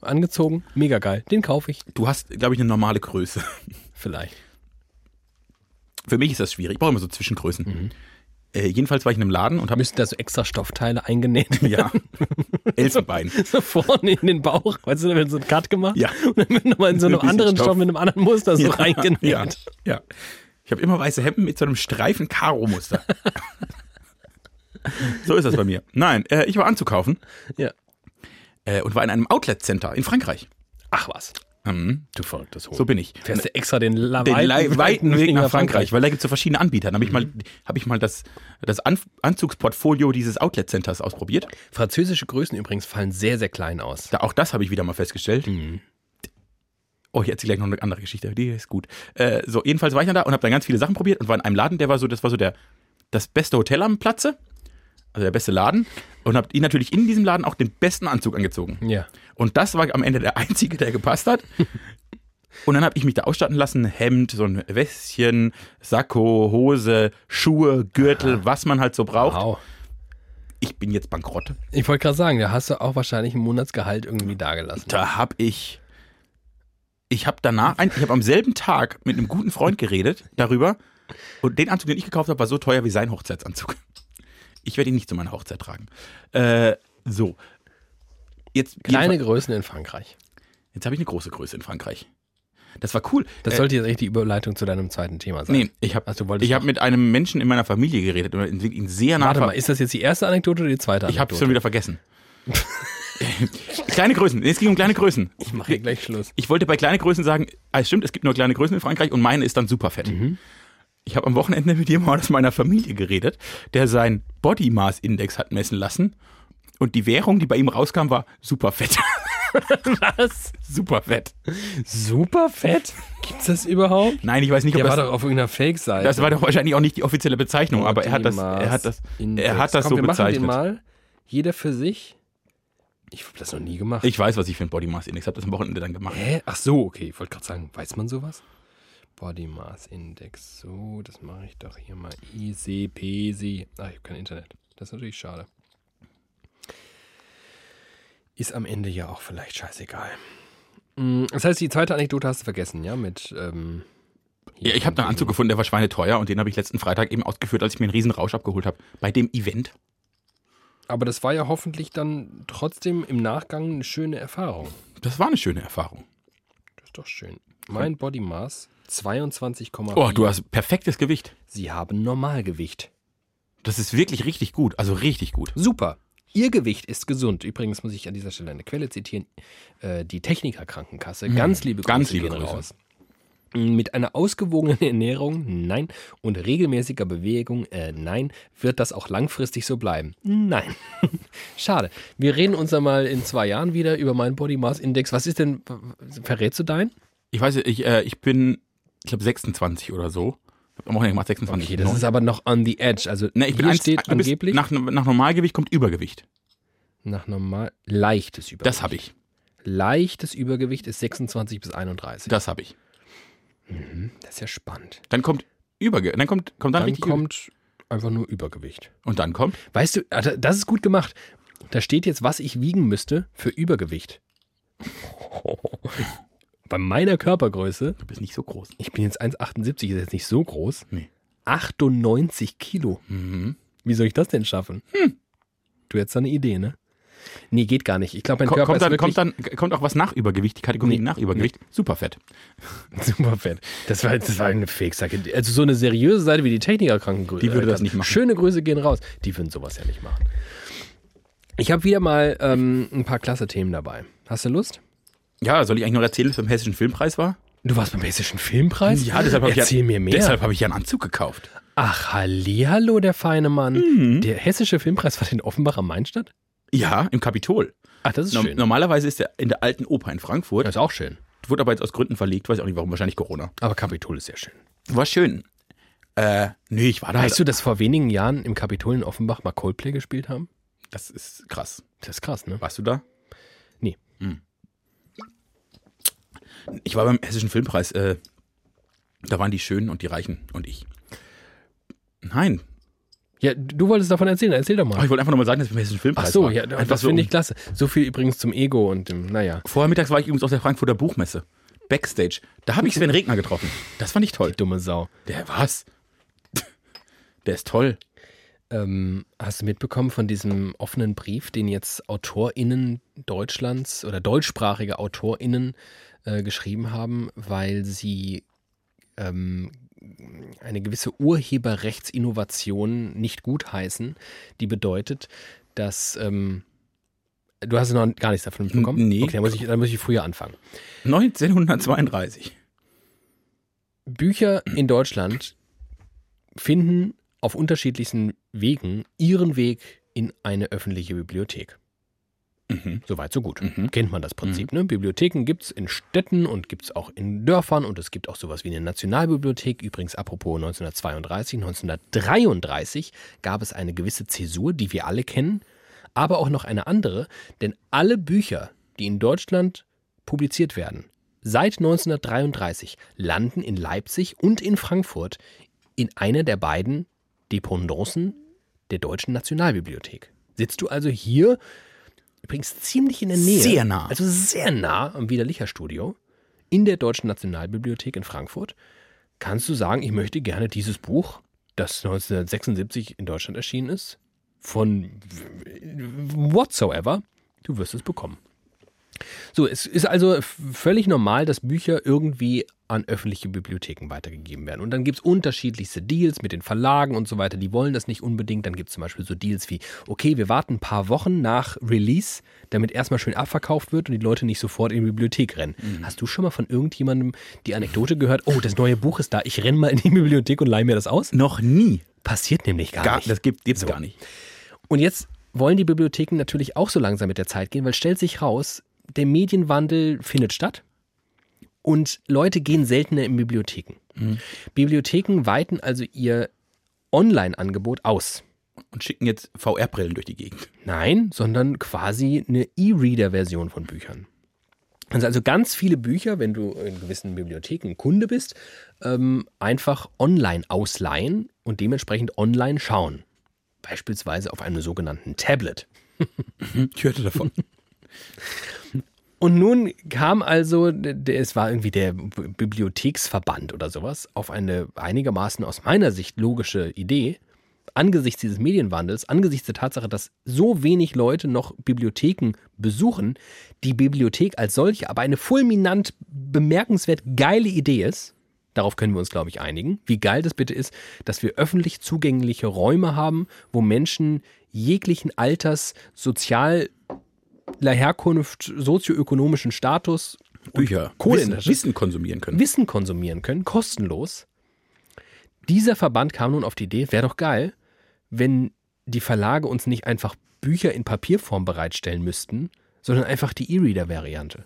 [SPEAKER 1] Angezogen, mega geil, den kaufe ich.
[SPEAKER 2] Anzug- Du hast, glaube ich, eine normale Größe.
[SPEAKER 1] Vielleicht.
[SPEAKER 2] Für mich ist das schwierig. Ich brauche immer so Zwischengrößen.
[SPEAKER 1] Mhm.
[SPEAKER 2] Äh, jedenfalls war ich in einem Laden und habe
[SPEAKER 1] Müssen da so extra Stoffteile eingenäht werden,
[SPEAKER 2] Ja. Elfenbein.
[SPEAKER 1] so vorne in den Bauch, weißt du, da wird so ein Cut gemacht
[SPEAKER 2] Ja.
[SPEAKER 1] und dann wird nochmal in so einem
[SPEAKER 2] Wirklich
[SPEAKER 1] anderen Stoff.
[SPEAKER 2] Stoff.
[SPEAKER 1] mit einem anderen Muster so reingenäht.
[SPEAKER 2] Ja. ja. Ich habe immer weiße Hemden mit so einem Streifen Karo-Muster. so ist das bei mir. Nein, äh, ich war anzukaufen
[SPEAKER 1] Ja.
[SPEAKER 2] äh, und war in einem Outlet-Center in Frankreich.
[SPEAKER 1] Ach was,
[SPEAKER 2] Mhm.
[SPEAKER 1] du verrücktes Huhn.
[SPEAKER 2] So bin ich.
[SPEAKER 1] Fährst du extra den, la
[SPEAKER 2] den weiten, weiten Weg nach Frankreich, weil da gibt es so verschiedene Anbieter. Dann habe ich
[SPEAKER 1] Mhm.
[SPEAKER 2] mal, hab ich mal das, das An Anzugsportfolio dieses Outlet-Centers ausprobiert.
[SPEAKER 1] Französische Größen übrigens fallen sehr, sehr klein aus.
[SPEAKER 2] Da, auch das habe ich wieder mal festgestellt. Oh, ich erzähle gleich noch eine andere Geschichte. Die ist gut. Äh, so, jedenfalls war ich dann da und habe dann ganz viele Sachen probiert und war in einem Laden, der war so, das war so der, das beste Hotel am Platze, also der beste Laden. Und habe ihn natürlich in diesem Laden auch den besten Anzug angezogen.
[SPEAKER 1] Ja.
[SPEAKER 2] Und das war am Ende der einzige, der gepasst hat. Und dann habe ich mich da ausstatten lassen, Hemd, so ein Wäschchen, Sakko, Hose, Schuhe, Gürtel, was man halt so braucht.
[SPEAKER 1] Wow.
[SPEAKER 2] Ich bin jetzt bankrott.
[SPEAKER 1] Ich wollte gerade sagen, da hast du auch wahrscheinlich ein Monatsgehalt irgendwie dagelassen.
[SPEAKER 2] Da hab ich, ich hab danach, ein- ich hab am selben Tag mit einem guten Freund geredet darüber und den Anzug, den ich gekauft habe, war so teuer wie sein Hochzeitsanzug. Ich werde ihn nicht zu meiner Hochzeit tragen. Äh, so. Jetzt,
[SPEAKER 1] Kleine
[SPEAKER 2] jetzt,
[SPEAKER 1] Größen in Frankreich.
[SPEAKER 2] jetzt habe ich eine große Größe in Frankreich. Das war cool.
[SPEAKER 1] Das sollte jetzt echt die Überleitung zu deinem zweiten Thema sein.
[SPEAKER 2] Äh, Nee, ich habe
[SPEAKER 1] Ach, du wolltest
[SPEAKER 2] ich hab mit einem Menschen in meiner Familie geredet und ihn sehr nah
[SPEAKER 1] Warte mal, ist das jetzt die erste Anekdote oder die zweite
[SPEAKER 2] Ich habe
[SPEAKER 1] Anekdote?
[SPEAKER 2] es schon wieder vergessen. kleine Größen. Nee, Es ging um kleine Größen.
[SPEAKER 1] ich mache hier gleich Schluss.
[SPEAKER 2] Ich wollte bei kleine Größen sagen, ah, es stimmt, es gibt nur kleine Größen in Frankreich und meine ist dann super fett.
[SPEAKER 1] Mhm.
[SPEAKER 2] Ich habe am Wochenende mit jemandem aus meiner Familie geredet, der seinen Body Mass Index hat messen lassen und die Währung, die bei ihm rauskam, war super fett.
[SPEAKER 1] Was?
[SPEAKER 2] super fett.
[SPEAKER 1] Super fett? Gibt's das überhaupt?
[SPEAKER 2] Nein, ich weiß nicht, ob
[SPEAKER 1] Der war
[SPEAKER 2] das,
[SPEAKER 1] doch auf irgendeiner Fake-Seite.
[SPEAKER 2] das war doch wahrscheinlich auch nicht die offizielle Bezeichnung, aber er hat das, er hat das, er hat das
[SPEAKER 1] Komm, wir
[SPEAKER 2] so bezeichnet.
[SPEAKER 1] Machen den mal. Jeder für sich. Ich habe das noch nie gemacht.
[SPEAKER 2] Ich weiß, was ich für einen Body Mass Index habe, das am Wochenende dann gemacht.
[SPEAKER 1] Hä? Ach so, okay. Ich wollte gerade sagen, weiß man sowas? Body Mass Index. So, das mache ich doch hier mal. Easy peasy. Ach, Ah, ich habe kein Internet. Das ist natürlich schade. Ist am Ende ja auch vielleicht scheißegal. Mm, Das heißt, die zweite Anekdote hast du vergessen, ja? Mit, ähm,
[SPEAKER 2] Ja, ich habe einen Anzug gefunden, der war schweineteuer und den habe ich letzten Freitag eben ausgeführt, als ich mir einen riesen Rausch abgeholt habe. Bei dem Event.
[SPEAKER 1] Aber das war ja hoffentlich dann trotzdem im Nachgang eine schöne Erfahrung.
[SPEAKER 2] Das war eine schöne Erfahrung.
[SPEAKER 1] Das ist doch schön. Mein Body Mass 22,4.
[SPEAKER 2] Oh, du hast perfektes Gewicht.
[SPEAKER 1] Sie haben Normalgewicht.
[SPEAKER 2] Das ist wirklich richtig gut. Also richtig gut.
[SPEAKER 1] Super. Ihr Gewicht ist gesund. Übrigens muss ich an dieser Stelle eine Quelle zitieren. Äh, die Techniker Krankenkasse. Ganz liebe Grüße
[SPEAKER 2] Hm. Ganz liebe
[SPEAKER 1] gehen
[SPEAKER 2] Grüße.
[SPEAKER 1] raus. Mit einer ausgewogenen Ernährung, nein, und regelmäßiger Bewegung, äh, nein, wird das auch langfristig so bleiben. Nein. Schade. Wir reden uns dann mal in zwei Jahren wieder über meinen Body Mass Index. Was ist denn, verrätst du deinen?
[SPEAKER 2] Ich weiß, ich, äh, ich bin, ich glaube, 26 oder so. Hab am Wochenende gemacht, 26.
[SPEAKER 1] Okay, das ist aber noch on the edge. Also,
[SPEAKER 2] Ne, ich bin
[SPEAKER 1] hier
[SPEAKER 2] eins,
[SPEAKER 1] steht
[SPEAKER 2] du bist-
[SPEAKER 1] angeblich nach,
[SPEAKER 2] Nach, nach Normalgewicht kommt Übergewicht.
[SPEAKER 1] normal leichtes Übergewicht.
[SPEAKER 2] Das habe ich.
[SPEAKER 1] Leichtes Übergewicht ist 26 bis 31.
[SPEAKER 2] Das habe ich.
[SPEAKER 1] Das ist ja spannend.
[SPEAKER 2] Dann kommt Übergewicht. Dann kommt, kommt dann,
[SPEAKER 1] Dann
[SPEAKER 2] richtig
[SPEAKER 1] kommt einfach nur Übergewicht.
[SPEAKER 2] Und dann kommt,
[SPEAKER 1] Weißt du, ah, da- das ist gut gemacht. Da steht jetzt, was ich wiegen müsste für Übergewicht. Bei meiner Körpergröße,
[SPEAKER 2] du bist nicht so groß.
[SPEAKER 1] ich bin jetzt 1,78, ist jetzt nicht so groß,
[SPEAKER 2] Nee.
[SPEAKER 1] 98 Kilo.
[SPEAKER 2] Mhm. Hm.
[SPEAKER 1] Wie soll ich das denn schaffen? Du hättest da eine Idee, ne? Nee, geht gar nicht. Ich glaube, mein
[SPEAKER 2] Ko-
[SPEAKER 1] Körper
[SPEAKER 2] Kommt, dann,
[SPEAKER 1] ist wirklich
[SPEAKER 2] kommt, dann, kommt auch was nach Übergewicht, die Kategorie
[SPEAKER 1] Nee.
[SPEAKER 2] nach Übergewicht. Superfett.
[SPEAKER 1] super fett. Das war, das war eine Fake-Sacke. Also so eine seriöse Seite wie die Technikerkrankengröße.
[SPEAKER 2] Die würde das nicht machen.
[SPEAKER 1] Schöne Grüße gehen raus. Die würden sowas ja nicht machen. Ich habe wieder mal ähm, ein paar klasse Themen dabei. Hast du Lust?
[SPEAKER 2] Ja, soll ich eigentlich noch erzählen, was beim Hessischen Filmpreis war?
[SPEAKER 1] Du warst beim Hessischen Filmpreis?
[SPEAKER 2] Ja, deshalb habe ich,
[SPEAKER 1] Erzähl
[SPEAKER 2] ja,
[SPEAKER 1] mir mehr.
[SPEAKER 2] deshalb habe ich ja einen Anzug gekauft.
[SPEAKER 1] Ach, hallihallo, der feine
[SPEAKER 2] Mhm.
[SPEAKER 1] Mann. Der Hessische Filmpreis war in Offenbach am Mainstadt?
[SPEAKER 2] Ja, im Kapitol.
[SPEAKER 1] Ach, das ist
[SPEAKER 2] Norm-
[SPEAKER 1] schön.
[SPEAKER 2] Normalerweise ist der in der alten Oper in Frankfurt,
[SPEAKER 1] Das ist auch schön.
[SPEAKER 2] wurde aber jetzt aus Gründen verlegt, weiß ich auch nicht warum, wahrscheinlich Corona.
[SPEAKER 1] Aber Kapitol ist sehr schön.
[SPEAKER 2] War schön. Äh, nee, ich war da.
[SPEAKER 1] Weißt du, dass vor wenigen Jahren im Kapitol in Offenbach mal Coldplay gespielt haben?
[SPEAKER 2] das ist krass.
[SPEAKER 1] Das ist krass, ne?
[SPEAKER 2] Warst du da?
[SPEAKER 1] Nee.
[SPEAKER 2] Hm. Ich war beim Hessischen Filmpreis. Äh, da waren die Schönen und die Reichen und ich. Nein.
[SPEAKER 1] Ja, du wolltest davon erzählen, erzähl doch mal.
[SPEAKER 2] Aber ich wollte einfach nur mal sagen, dass ich beim Hessischen
[SPEAKER 1] Ach
[SPEAKER 2] Filmpreis
[SPEAKER 1] so,
[SPEAKER 2] war.
[SPEAKER 1] ja,
[SPEAKER 2] Einfach
[SPEAKER 1] das
[SPEAKER 2] so,
[SPEAKER 1] finde ich
[SPEAKER 2] um-
[SPEAKER 1] klasse. So viel übrigens zum Ego und dem, naja.
[SPEAKER 2] Vorher mittags war ich übrigens auf der Frankfurter Buchmesse. Backstage. Da habe ich Sven Regner getroffen. Das fand ich toll.
[SPEAKER 1] Dumme Sau.
[SPEAKER 2] Der was? Der ist toll.
[SPEAKER 1] Ähm, hast du mitbekommen von diesem offenen Brief, den jetzt AutorInnen Deutschlands oder deutschsprachige AutorInnen äh, geschrieben haben, weil sie ähm, eine gewisse Urheberrechtsinnovation nicht gutheißen, die bedeutet, dass ähm, du hast noch gar nichts davon mitbekommen?
[SPEAKER 2] N- nee.
[SPEAKER 1] Okay, dann muss ich, dann muss ich früher anfangen.
[SPEAKER 2] 1932.
[SPEAKER 1] Bücher in Deutschland finden auf unterschiedlichsten Wegen ihren Weg in eine öffentliche Bibliothek.
[SPEAKER 2] Mhm.
[SPEAKER 1] Soweit, so gut.
[SPEAKER 2] Mhm.
[SPEAKER 1] Kennt man das Prinzip. Ne? Bibliotheken gibt es in Städten und gibt es auch in Dörfern und es gibt auch sowas wie eine Nationalbibliothek. Übrigens, apropos 1932, 1933 gab es eine gewisse Zäsur, die wir alle kennen, aber auch noch eine andere, denn alle Bücher, die in Deutschland publiziert werden, seit 1933 landen in Leipzig und in Frankfurt in einer der beiden Dependancen der Deutschen Nationalbibliothek. Sitzt du also hier, übrigens ziemlich in der Nähe,
[SPEAKER 2] Sehr nah.
[SPEAKER 1] also sehr nah am Widerlicher Studio, in der Deutschen Nationalbibliothek in Frankfurt, kannst du sagen, ich möchte gerne dieses Buch, das 1976 in Deutschland erschienen ist, von whatsoever, du wirst es bekommen. So, es ist also f- völlig normal, dass Bücher irgendwie an öffentliche Bibliotheken weitergegeben werden. Und dann gibt es unterschiedlichste Deals mit den Verlagen und so weiter. Die wollen das nicht unbedingt. Dann gibt es zum Beispiel so Deals wie, okay, wir warten ein paar Wochen nach Release, damit erstmal schön abverkauft wird und die Leute nicht sofort in die Bibliothek rennen. Hast du schon mal von irgendjemandem die Anekdote gehört, oh, das neue Buch ist da, ich renne mal in die Bibliothek und leihe mir das aus?
[SPEAKER 2] Noch nie.
[SPEAKER 1] Passiert nämlich gar,
[SPEAKER 2] Gar,
[SPEAKER 1] nicht.
[SPEAKER 2] das gibt es gar nicht.
[SPEAKER 1] Und jetzt wollen die Bibliotheken natürlich auch so langsam mit der Zeit gehen, weil stellt sich raus, der Medienwandel findet statt und Leute gehen seltener in Bibliotheken. Bibliotheken weiten also ihr Online-Angebot aus.
[SPEAKER 2] Und schicken jetzt VR-Brillen durch die Gegend.
[SPEAKER 1] Nein, sondern quasi eine E-Reader-Version von Büchern. Also, also ganz viele Bücher, wenn du in gewissen Bibliotheken Kunde bist, ähm, einfach online ausleihen und dementsprechend online schauen. Beispielsweise auf einem sogenannten Tablet.
[SPEAKER 2] Ich hörte davon.
[SPEAKER 1] Und nun kam also, der- es war irgendwie der B- Bibliotheksverband oder sowas, auf eine einigermaßen aus meiner Sicht logische Idee, angesichts dieses Medienwandels, angesichts der Tatsache, dass so wenig Leute noch Bibliotheken besuchen, die Bibliothek als solche aber eine fulminant bemerkenswert geile Idee ist. Darauf können wir uns, glaube ich, einigen, wie geil das bitte ist, dass wir öffentlich zugängliche Räume haben, wo Menschen jeglichen Alters, sozial la Herkunft, sozioökonomischen Status,
[SPEAKER 2] Bücher,
[SPEAKER 1] Kohle in
[SPEAKER 2] Wissen,
[SPEAKER 1] der Tasche.
[SPEAKER 2] Wissen konsumieren können.
[SPEAKER 1] Wissen konsumieren können, kostenlos. Dieser Verband kam nun auf die Idee, wäre doch geil, wenn die Verlage uns nicht einfach Bücher in Papierform bereitstellen müssten, sondern einfach die E-Reader-Variante.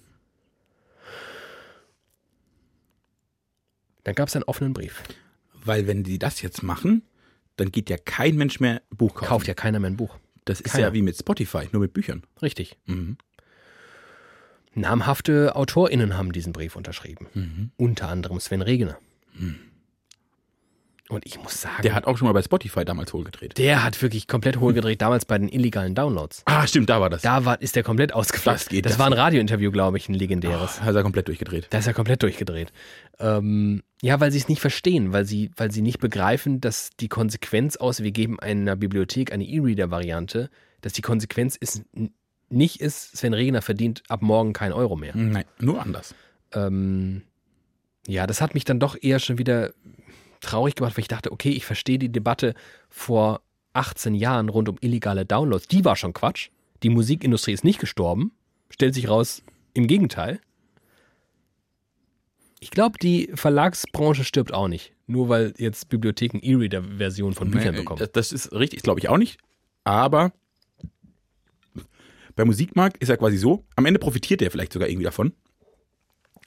[SPEAKER 1] Dann gab es einen offenen Brief.
[SPEAKER 2] Weil wenn die das jetzt machen, dann geht ja kein Mensch mehr Buch kaufen.
[SPEAKER 1] Kauft ja keiner mehr ein Buch.
[SPEAKER 2] das ist
[SPEAKER 1] keiner.
[SPEAKER 2] ja wie mit Spotify, nur mit Büchern.
[SPEAKER 1] Richtig.
[SPEAKER 2] Mhm.
[SPEAKER 1] Namhafte
[SPEAKER 2] Mhm.
[SPEAKER 1] AutorInnen haben diesen Brief unterschrieben. Unter anderem Sven Regner. Und ich muss sagen,
[SPEAKER 2] Der hat Hm. auch schon mal bei Spotify damals hohl gedreht.
[SPEAKER 1] der hat wirklich komplett hohl gedreht, damals bei den illegalen Downloads.
[SPEAKER 2] Ah, stimmt, da war das.
[SPEAKER 1] Da war, ist der komplett ausgeflippt.
[SPEAKER 2] Das geht,
[SPEAKER 1] das
[SPEAKER 2] das
[SPEAKER 1] war ein Radiointerview, glaube ich, ein legendäres.
[SPEAKER 2] Hat er komplett durchgedreht.
[SPEAKER 1] Da ist er komplett durchgedreht. Ähm, ja, weil sie es nicht verstehen, weil sie, weil sie nicht begreifen, dass die Konsequenz aus, wir geben einer Bibliothek eine E-Reader-Variante, dass die Konsequenz ist, n- nicht ist, Sven Regner verdient ab morgen keinen Euro mehr.
[SPEAKER 2] Nein, nur anders.
[SPEAKER 1] Ähm, ja, das hat mich dann doch eher schon wieder traurig gemacht, weil ich dachte, okay, ich verstehe die Debatte vor 18 Jahren rund um illegale Downloads. Die war schon Quatsch. Die Musikindustrie ist nicht gestorben. Stellt sich raus, im Gegenteil. Ich glaube, die Verlagsbranche stirbt auch nicht. Nur weil jetzt Bibliotheken E-Reader-Versionen von Büchern
[SPEAKER 2] Nee,
[SPEAKER 1] bekommen.
[SPEAKER 2] Das, Ne, äh, das ist richtig, das glaube ich auch nicht. Aber bei Musikmarkt ist ja quasi so, am Ende profitiert der vielleicht sogar irgendwie davon,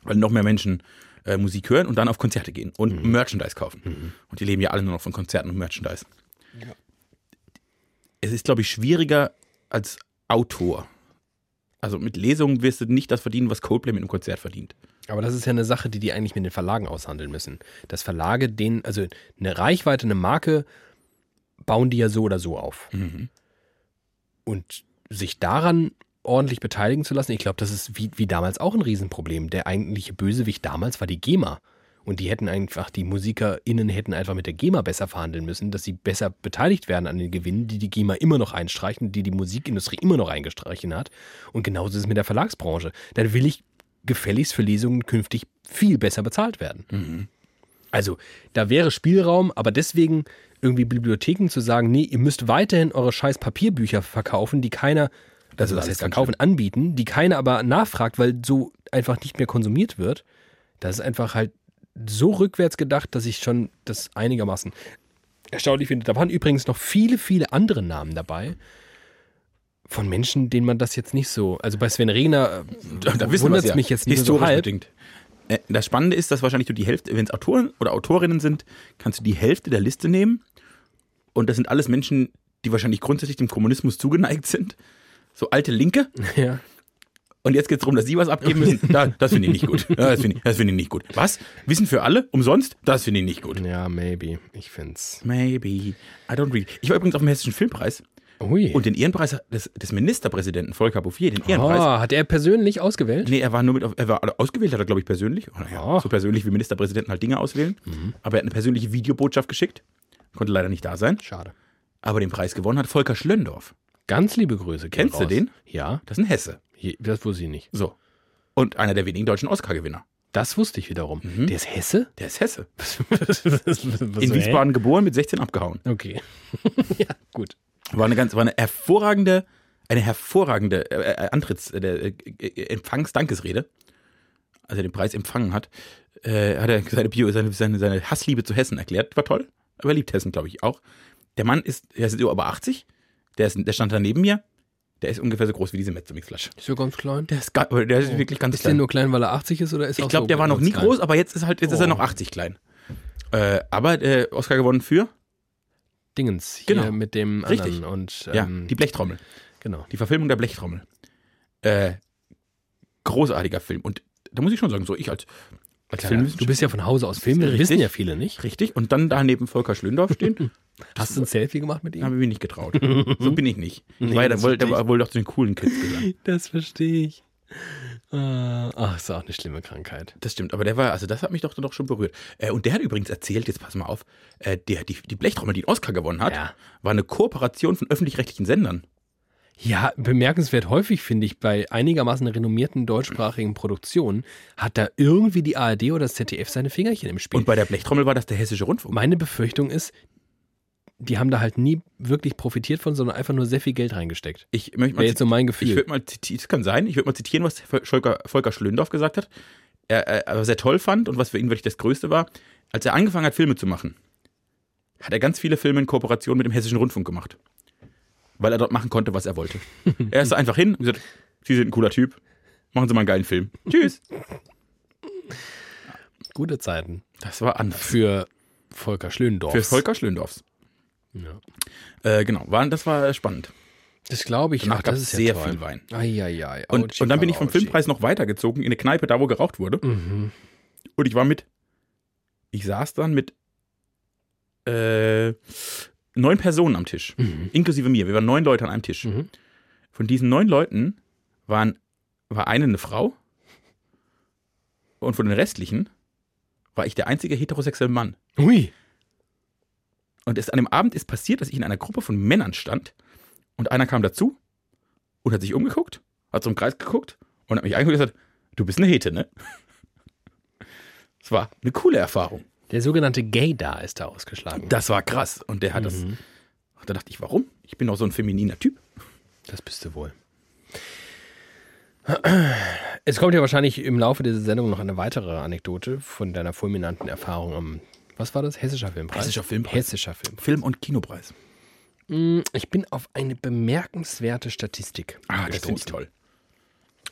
[SPEAKER 2] weil noch mehr Menschen äh, Musik hören und dann auf Konzerte gehen
[SPEAKER 1] Mhm.
[SPEAKER 2] und Merchandise kaufen. Und die leben ja alle nur noch von Konzerten und Merchandise. Es ist, glaube ich, schwieriger als Autor. Also mit Lesungen wirst du nicht das verdienen, was Coldplay mit einem Konzert verdient.
[SPEAKER 1] Aber das ist ja eine Sache, die die eigentlich mit den Verlagen aushandeln müssen. Dass Verlage denen, also eine Reichweite, eine Marke, bauen die ja so oder so auf. Und sich daran ordentlich beteiligen zu lassen, ich glaube, das ist wie, wie damals auch ein Riesenproblem. Der eigentliche Bösewicht damals war die GEMA. Und die hätten einfach, die MusikerInnen hätten einfach mit der GEMA besser verhandeln müssen, dass sie besser beteiligt werden an den Gewinnen, die die GEMA immer noch einstreichen, die die Musikindustrie immer noch eingestrichen hat. Und genauso ist es mit der Verlagsbranche. Dann will ich gefälligst für Lesungen künftig viel besser bezahlt werden. Also da wäre Spielraum, aber deswegen irgendwie Bibliotheken zu sagen, nee, ihr müsst weiterhin eure scheiß Papierbücher verkaufen, die keiner, also
[SPEAKER 2] ist
[SPEAKER 1] was
[SPEAKER 2] alles
[SPEAKER 1] heißt
[SPEAKER 2] ganz
[SPEAKER 1] verkaufen, anbieten, die keiner aber nachfragt, weil so einfach nicht mehr konsumiert wird. Das ist einfach halt so rückwärts gedacht, dass ich schon das einigermaßen erstaunlich finde. Da waren übrigens noch viele, viele andere Namen dabei. Von Menschen, denen man das jetzt nicht so. Also bei Sven Regner
[SPEAKER 2] Da, da wissen
[SPEAKER 1] wundert
[SPEAKER 2] wir's
[SPEAKER 1] es
[SPEAKER 2] ja.
[SPEAKER 1] mich jetzt nicht nur so
[SPEAKER 2] Historisch
[SPEAKER 1] halb.
[SPEAKER 2] bedingt. Äh, Das Spannende ist, dass wahrscheinlich du die Hälfte, wenn es Autoren oder Autorinnen sind, kannst du die Hälfte der Liste nehmen. Und das sind alles Menschen, die wahrscheinlich grundsätzlich dem Kommunismus zugeneigt sind. So alte Linke.
[SPEAKER 1] Ja.
[SPEAKER 2] Und jetzt geht es darum, dass sie was abgeben müssen. Da, das finde ich nicht gut. Ja, Das finde ich, das find ich nicht gut. Was? Wissen für alle? Umsonst? Das finde ich nicht gut.
[SPEAKER 1] ja, maybe. Ich find's.
[SPEAKER 2] Maybe. I don't really. Ich war übrigens auf dem Hessischen Filmpreis.
[SPEAKER 1] Ui.
[SPEAKER 2] Und den Ehrenpreis des, des Ministerpräsidenten Volker Bouffier, den Ehrenpreis,
[SPEAKER 1] Ah, hat er persönlich ausgewählt?
[SPEAKER 2] Nee, er war nur mit, auf- er war ausgewählt, hat er, glaube ich, persönlich. Oh, naja,
[SPEAKER 1] Ah.
[SPEAKER 2] So persönlich wie Ministerpräsidenten halt Dinge auswählen. Aber er hat eine persönliche Videobotschaft geschickt. Konnte leider nicht da sein.
[SPEAKER 1] Schade.
[SPEAKER 2] Aber den Preis gewonnen hat Volker Schlöndorf.
[SPEAKER 1] Ganz liebe Grüße. gehen
[SPEAKER 2] Kennst du den?
[SPEAKER 1] Ja,
[SPEAKER 2] Das ist ein Hesse.
[SPEAKER 1] hier- das wusste ich nicht.
[SPEAKER 2] So. Und einer der wenigen deutschen Oscar-Gewinner.
[SPEAKER 1] Das wusste ich wiederum. Der ist Hesse?
[SPEAKER 2] Der ist Hesse. Mhm. In
[SPEAKER 1] In
[SPEAKER 2] Wiesbaden geboren, mit 16 abgehauen.
[SPEAKER 1] Okay. ja, gut.
[SPEAKER 2] War eine ganz, war eine hervorragende, eine hervorragende äh, äh, Antritts, äh, der, äh, äh, Empfangsdankesrede. Als er den Preis empfangen hat, äh, hat er seine, Bio, seine, seine, seine Hassliebe zu Hessen erklärt. War toll. Aber er liebt Hessen, glaube ich, auch. Der Mann ist, der ist über 80. Der, ist, der stand da neben mir. Der ist ungefähr so groß wie diese Metzumix-Flasche.
[SPEAKER 1] Ist ja ganz klein.
[SPEAKER 2] Der ist, ga- der ist wirklich ganz
[SPEAKER 1] Ist der
[SPEAKER 2] klein.
[SPEAKER 1] nur klein, weil er 80 ist oder ist
[SPEAKER 2] Ich
[SPEAKER 1] auch
[SPEAKER 2] glaube,
[SPEAKER 1] so
[SPEAKER 2] der war noch nie
[SPEAKER 1] klein?
[SPEAKER 2] groß, aber jetzt ist, halt, jetzt ist er
[SPEAKER 1] Oh.
[SPEAKER 2] noch 80 klein. Äh, aber äh, Oscar gewonnen für,
[SPEAKER 1] Dingens hier
[SPEAKER 2] Genau.
[SPEAKER 1] mit dem anderen
[SPEAKER 2] Richtig.
[SPEAKER 1] und
[SPEAKER 2] ja,
[SPEAKER 1] ähm,
[SPEAKER 2] die Blechtrommel.
[SPEAKER 1] genau.
[SPEAKER 2] Die Verfilmung der Blechtrommel. Äh, großartiger Film. Und da muss ich schon sagen, so ich als, als
[SPEAKER 1] Du bist ja von Hause aus Film,
[SPEAKER 2] Richtig.
[SPEAKER 1] wissen ja viele nicht.
[SPEAKER 2] richtig. Und dann da neben Volker Schlöndorf stehen,
[SPEAKER 1] Hast du ein Selfie gemacht mit
[SPEAKER 2] da habe ich mich nicht getraut. So bin ich nicht. Ich war ja
[SPEAKER 1] das
[SPEAKER 2] da wohl, da
[SPEAKER 1] verstehe
[SPEAKER 2] war wohl doch zu den coolen Kids gegangen.
[SPEAKER 1] Das verstehe ich. Äh, Ach, ist auch eine schlimme Krankheit.
[SPEAKER 2] Das stimmt, aber der war, also das hat mich doch, doch schon berührt. Äh, und der hat übrigens erzählt, jetzt pass mal auf, äh, der, die, die Blechtrommel, die den Oscar gewonnen hat,
[SPEAKER 1] Ja.
[SPEAKER 2] war eine Kooperation von öffentlich-rechtlichen Sendern.
[SPEAKER 1] Ja, bemerkenswert häufig finde ich, bei einigermaßen renommierten deutschsprachigen Produktionen hat da irgendwie die ARD oder das ZDF seine Fingerchen im Spiel.
[SPEAKER 2] Und bei der Blechtrommel war das der Hessische Rundfunk.
[SPEAKER 1] meine Befürchtung ist, die haben da halt nie wirklich profitiert von, sondern einfach nur sehr viel Geld reingesteckt.
[SPEAKER 2] Ich möchte mal
[SPEAKER 1] Wäre jetzt so mein
[SPEAKER 2] Ich
[SPEAKER 1] Gefühl.
[SPEAKER 2] würde mal zitieren, es kann sein, ich würde mal zitieren, was Volker, Volker Schlöndorff gesagt hat, er, er, was er toll fand und was für ihn wirklich das Größte war. Als er angefangen hat, Filme zu machen, hat er ganz viele Filme in Kooperation mit dem Hessischen Rundfunk gemacht. Weil er dort machen konnte, was er wollte. er ist da einfach hin und gesagt, Sie sind ein cooler Typ, machen Sie mal einen geilen Film. Tschüss.
[SPEAKER 1] Gute Zeiten.
[SPEAKER 2] Das war anders.
[SPEAKER 1] Für Volker Schlöndorf.
[SPEAKER 2] Für Volker Schlöndorffs.
[SPEAKER 1] Ja.
[SPEAKER 2] Äh, genau, war, das war spannend.
[SPEAKER 1] Das glaube ich.
[SPEAKER 2] Danach
[SPEAKER 1] Ach,
[SPEAKER 2] gab
[SPEAKER 1] das ist
[SPEAKER 2] es
[SPEAKER 1] ja
[SPEAKER 2] sehr
[SPEAKER 1] toll.
[SPEAKER 2] viel Wein.
[SPEAKER 1] Eieiei.
[SPEAKER 2] Und,
[SPEAKER 1] Autschi,
[SPEAKER 2] und dann bin ich vom
[SPEAKER 1] Autschi.
[SPEAKER 2] Filmpreis noch weitergezogen in eine Kneipe, da wo
[SPEAKER 1] Mhm.
[SPEAKER 2] geraucht wurde. Und ich war mit, ich saß dann mit äh, neun Personen am Tisch, inklusive mir. Wir waren neun Leute an einem Tisch. Von diesen neun Leuten waren, war eine eine Frau und von den restlichen war ich der einzige heterosexuelle Mann.
[SPEAKER 1] Ui.
[SPEAKER 2] Und es, an dem Abend ist passiert, dass ich in einer Gruppe von Männern stand und einer kam dazu und hat sich umgeguckt, hat so im Kreis geguckt und hat mich angeguckt und gesagt, du bist eine Hete, ne? Es war eine coole Erfahrung.
[SPEAKER 1] Der sogenannte Gay da ist da ausgeschlagen.
[SPEAKER 2] Das war krass. Und der hat das.
[SPEAKER 1] Mhm.
[SPEAKER 2] Und da dachte ich, warum? Ich bin doch so ein femininer Typ.
[SPEAKER 1] Das bist du wohl. Es kommt ja wahrscheinlich im Laufe dieser Sendung noch eine weitere Anekdote von deiner fulminanten Erfahrung am, was war das? Hessischer Filmpreis?
[SPEAKER 2] Hessischer Filmpreis.
[SPEAKER 1] Hessischer Film.
[SPEAKER 2] Film- und Kinopreis.
[SPEAKER 1] Ich bin auf eine bemerkenswerte Statistik
[SPEAKER 2] Ah, das
[SPEAKER 1] gestoßen.
[SPEAKER 2] finde ich toll.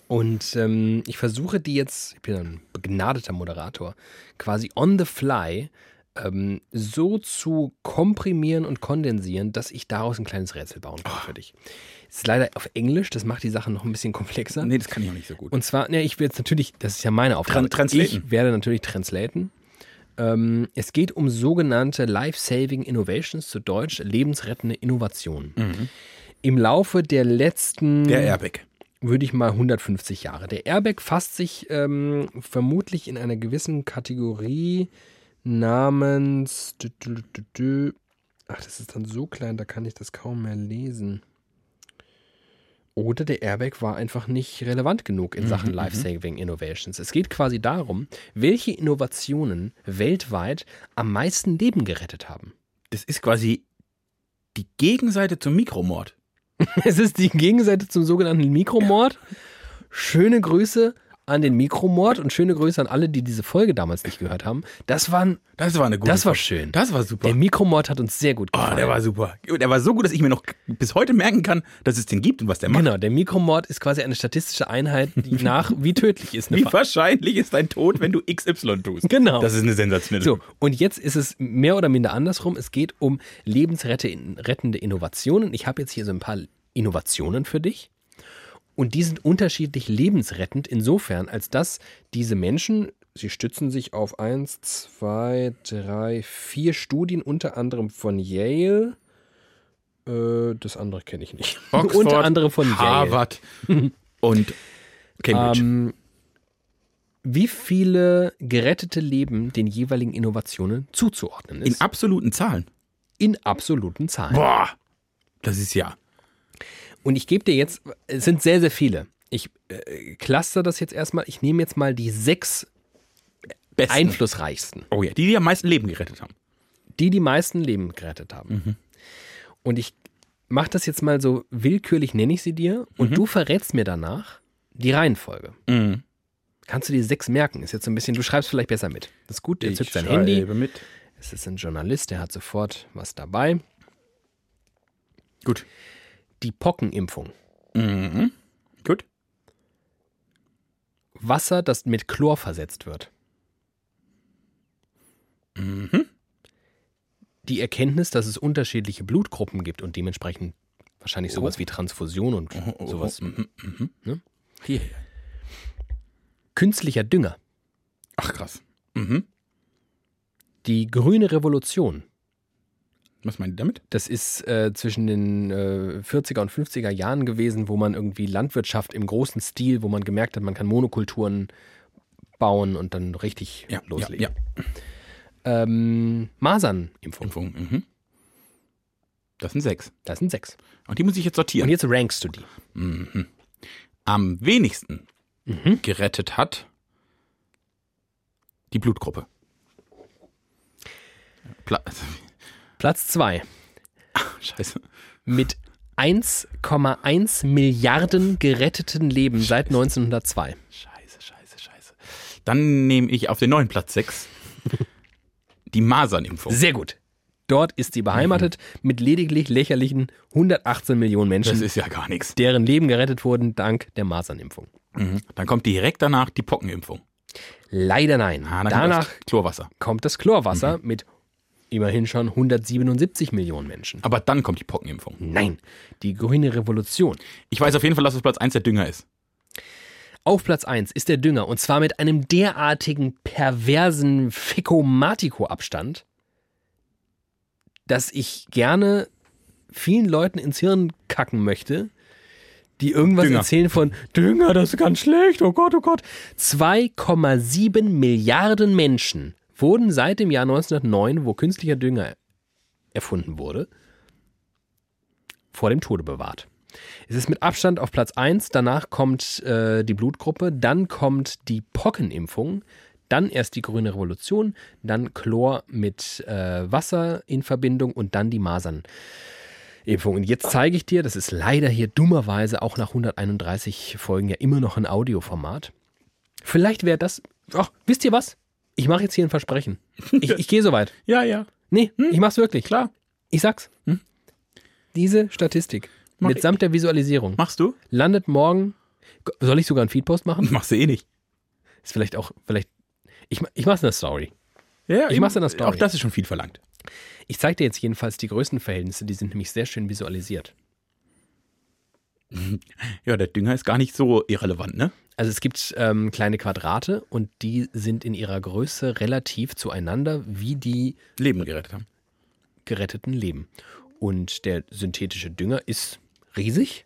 [SPEAKER 1] Und ähm, ich versuche die jetzt, ich bin ein begnadeter Moderator, quasi on the fly ähm, so zu komprimieren und kondensieren, dass ich daraus ein kleines Rätsel bauen kann für dich. Ist leider auf Englisch, das macht die Sache noch ein bisschen komplexer.
[SPEAKER 2] Nee, das kann ich auch nicht so gut.
[SPEAKER 1] Und zwar, ne, ich will jetzt natürlich, das ist ja meine Aufgabe.
[SPEAKER 2] Tran- translaten.
[SPEAKER 1] Ich werde natürlich translaten. Ähm, es geht um sogenannte Life-Saving Innovations, zu Deutsch lebensrettende Innovationen. Im Laufe der letzten
[SPEAKER 2] Mhm. der Airbag.
[SPEAKER 1] würde ich mal 150 Jahre. Der Airbag fasst sich ähm, vermutlich in einer gewissen Kategorie namens. dü- dü- dü- dü- Ach, das ist dann so klein, da kann ich das kaum mehr lesen. Oder der Airbag war einfach nicht relevant genug in Sachen Life-Saving Innovations. Es geht quasi darum, welche Innovationen weltweit am meisten Leben gerettet haben.
[SPEAKER 2] Das ist quasi die Gegenseite zum Mikromord.
[SPEAKER 1] Es ist die Gegenseite zum sogenannten Mikromord. Schöne Grüße an den Mikromord und schöne Grüße an alle, die diese Folge damals nicht gehört haben. Das waren,
[SPEAKER 2] Das war eine gute.
[SPEAKER 1] das war
[SPEAKER 2] Folge.
[SPEAKER 1] schön.
[SPEAKER 2] Das war
[SPEAKER 1] Der
[SPEAKER 2] super.
[SPEAKER 1] Mikromord hat uns sehr gut gefallen.
[SPEAKER 2] Oh, der war super. Der war so gut, dass ich mir noch bis heute merken kann, dass es den gibt und was der macht.
[SPEAKER 1] genau, der Mikromord ist quasi eine statistische Einheit, die nach wie tödlich ist. Eine
[SPEAKER 2] Wie
[SPEAKER 1] Ver-
[SPEAKER 2] wahrscheinlich ist dein Tod, wenn du XY tust?
[SPEAKER 1] Genau.
[SPEAKER 2] Das ist eine sensationelle.
[SPEAKER 1] So, und jetzt ist es mehr oder minder andersrum. Es geht um lebensrettende Innovationen. Ich habe jetzt hier so ein paar Innovationen für dich. Und die sind unterschiedlich lebensrettend insofern, als dass diese Menschen, sie stützen sich auf eins, zwei, drei, vier Studien, unter anderem von Yale. Äh, Das andere kenne ich nicht.
[SPEAKER 2] Oxford,
[SPEAKER 1] unter anderem von Yale.
[SPEAKER 2] Harvard und Cambridge.
[SPEAKER 1] Ähm, wie viele gerettete Leben den jeweiligen Innovationen zuzuordnen
[SPEAKER 2] In
[SPEAKER 1] ist.
[SPEAKER 2] absoluten Zahlen.
[SPEAKER 1] in absoluten Zahlen.
[SPEAKER 2] Boah, das ist ja.
[SPEAKER 1] Und ich gebe dir jetzt, es sind sehr, sehr viele. Ich äh, cluster das jetzt erstmal. Ich nehme jetzt mal die sechs
[SPEAKER 2] Besten.
[SPEAKER 1] einflussreichsten,
[SPEAKER 2] Oh ja, die, die am meisten Leben gerettet haben.
[SPEAKER 1] die die meisten Leben gerettet haben. Und ich mache das jetzt mal so willkürlich, nenne ich sie dir. Und du verrätst mir danach die Reihenfolge. Kannst du die sechs merken? Ist jetzt so ein bisschen, du schreibst vielleicht besser mit. Das ist gut, jetzt zückt dein Handy.
[SPEAKER 2] schreibe mit.
[SPEAKER 1] Es ist ein Journalist, der hat sofort was dabei.
[SPEAKER 2] Gut.
[SPEAKER 1] Die Pockenimpfung.
[SPEAKER 2] Mhm. Gut.
[SPEAKER 1] Wasser, das mit Chlor versetzt wird.
[SPEAKER 2] Mhm.
[SPEAKER 1] Die Erkenntnis, dass es unterschiedliche Blutgruppen gibt und dementsprechend wahrscheinlich
[SPEAKER 2] Oh.
[SPEAKER 1] sowas wie Transfusion und sowas.
[SPEAKER 2] Mhm. Mhm.
[SPEAKER 1] Ne?
[SPEAKER 2] Hier.
[SPEAKER 1] Künstlicher Dünger.
[SPEAKER 2] Ach krass. Mhm.
[SPEAKER 1] Die grüne Revolution.
[SPEAKER 2] Was meint ihr damit?
[SPEAKER 1] Das ist äh, zwischen den äh, 40er und 50er Jahren gewesen, wo man irgendwie Landwirtschaft im großen Stil, wo man gemerkt hat, man kann Monokulturen bauen und dann richtig loslegen.
[SPEAKER 2] Ja, ja.
[SPEAKER 1] Ähm, Masernimpfung.
[SPEAKER 2] Impfung. Mhm. Das sind sechs.
[SPEAKER 1] Das sind sechs.
[SPEAKER 2] Und die muss ich jetzt sortieren.
[SPEAKER 1] Und jetzt rankst du die.
[SPEAKER 2] am wenigsten gerettet hat die Blutgruppe. Pla
[SPEAKER 1] Platz zwei.
[SPEAKER 2] Scheiße.
[SPEAKER 1] mit 1,1 Milliarden geretteten Leben seit 1902.
[SPEAKER 2] Scheiße, scheiße, scheiße. Dann nehme ich auf den neuen Platz 6 die Masernimpfung.
[SPEAKER 1] Sehr gut. Dort ist sie beheimatet mit lediglich lächerlichen 118 Millionen
[SPEAKER 2] Das
[SPEAKER 1] Menschen,
[SPEAKER 2] ist ja gar nichts.
[SPEAKER 1] deren Leben gerettet wurden dank der Masernimpfung.
[SPEAKER 2] Mhm. Dann kommt direkt danach die Pockenimpfung.
[SPEAKER 1] Leider nein.
[SPEAKER 2] Ah, Mhm. dann kommt
[SPEAKER 1] Danach
[SPEAKER 2] das Chlorwasser.
[SPEAKER 1] kommt das Chlorwasser mit immerhin schon 177 Millionen Menschen.
[SPEAKER 2] Aber dann kommt die Pockenimpfung.
[SPEAKER 1] Nein, die grüne Revolution.
[SPEAKER 2] Ich weiß auf jeden Fall, dass es Platz 1 der Dünger ist.
[SPEAKER 1] Auf Platz 1 ist der Dünger und zwar mit einem derartigen perversen Fekomatico-Abstand, dass ich gerne vielen Leuten ins Hirn kacken möchte, die irgendwas
[SPEAKER 2] Dünger.
[SPEAKER 1] erzählen von Dünger, das ist ganz schlecht, oh Gott, oh Gott. 2,7 Milliarden Menschen wurden seit dem Jahr 1909, wo künstlicher Dünger erfunden wurde, vor dem Tode bewahrt. Es ist mit Abstand auf Platz 1, danach kommt äh, die Blutgruppe, dann kommt die Pockenimpfung, dann erst die grüne Revolution, dann Chlor mit äh, Wasser in Verbindung und dann die Masernimpfung. Und jetzt zeige ich dir, das ist leider hier dummerweise auch nach 131 Folgen ja immer noch ein Audioformat. Vielleicht wäre das. Ach, wisst ihr was? Ich mache jetzt hier ein Versprechen. Ich, ich gehe soweit.
[SPEAKER 2] Ja, ja.
[SPEAKER 1] Nee, ich mach's wirklich.
[SPEAKER 2] Hm? Klar. Hm?
[SPEAKER 1] Ich sag's. Diese Statistik
[SPEAKER 2] Mach
[SPEAKER 1] mitsamt der Visualisierung
[SPEAKER 2] Machst du?
[SPEAKER 1] landet morgen. Soll ich sogar einen Feedpost machen?
[SPEAKER 2] Machst du eh nicht.
[SPEAKER 1] Ist vielleicht auch, vielleicht. Ich, ma- ich mach's in der Story.
[SPEAKER 2] Ja,
[SPEAKER 1] Ich
[SPEAKER 2] eben.
[SPEAKER 1] mach's in der Story.
[SPEAKER 2] Auch das ist schon viel verlangt.
[SPEAKER 1] Ich zeig dir jetzt jedenfalls die Größenverhältnisse, die sind nämlich sehr schön visualisiert.
[SPEAKER 2] Ja, der Dünger ist gar nicht so irrelevant, ne?
[SPEAKER 1] Also es gibt ähm, kleine Quadrate und die sind in ihrer Größe relativ zueinander wie die
[SPEAKER 2] Leben gerettet haben.
[SPEAKER 1] geretteten Leben. Und der synthetische Dünger ist riesig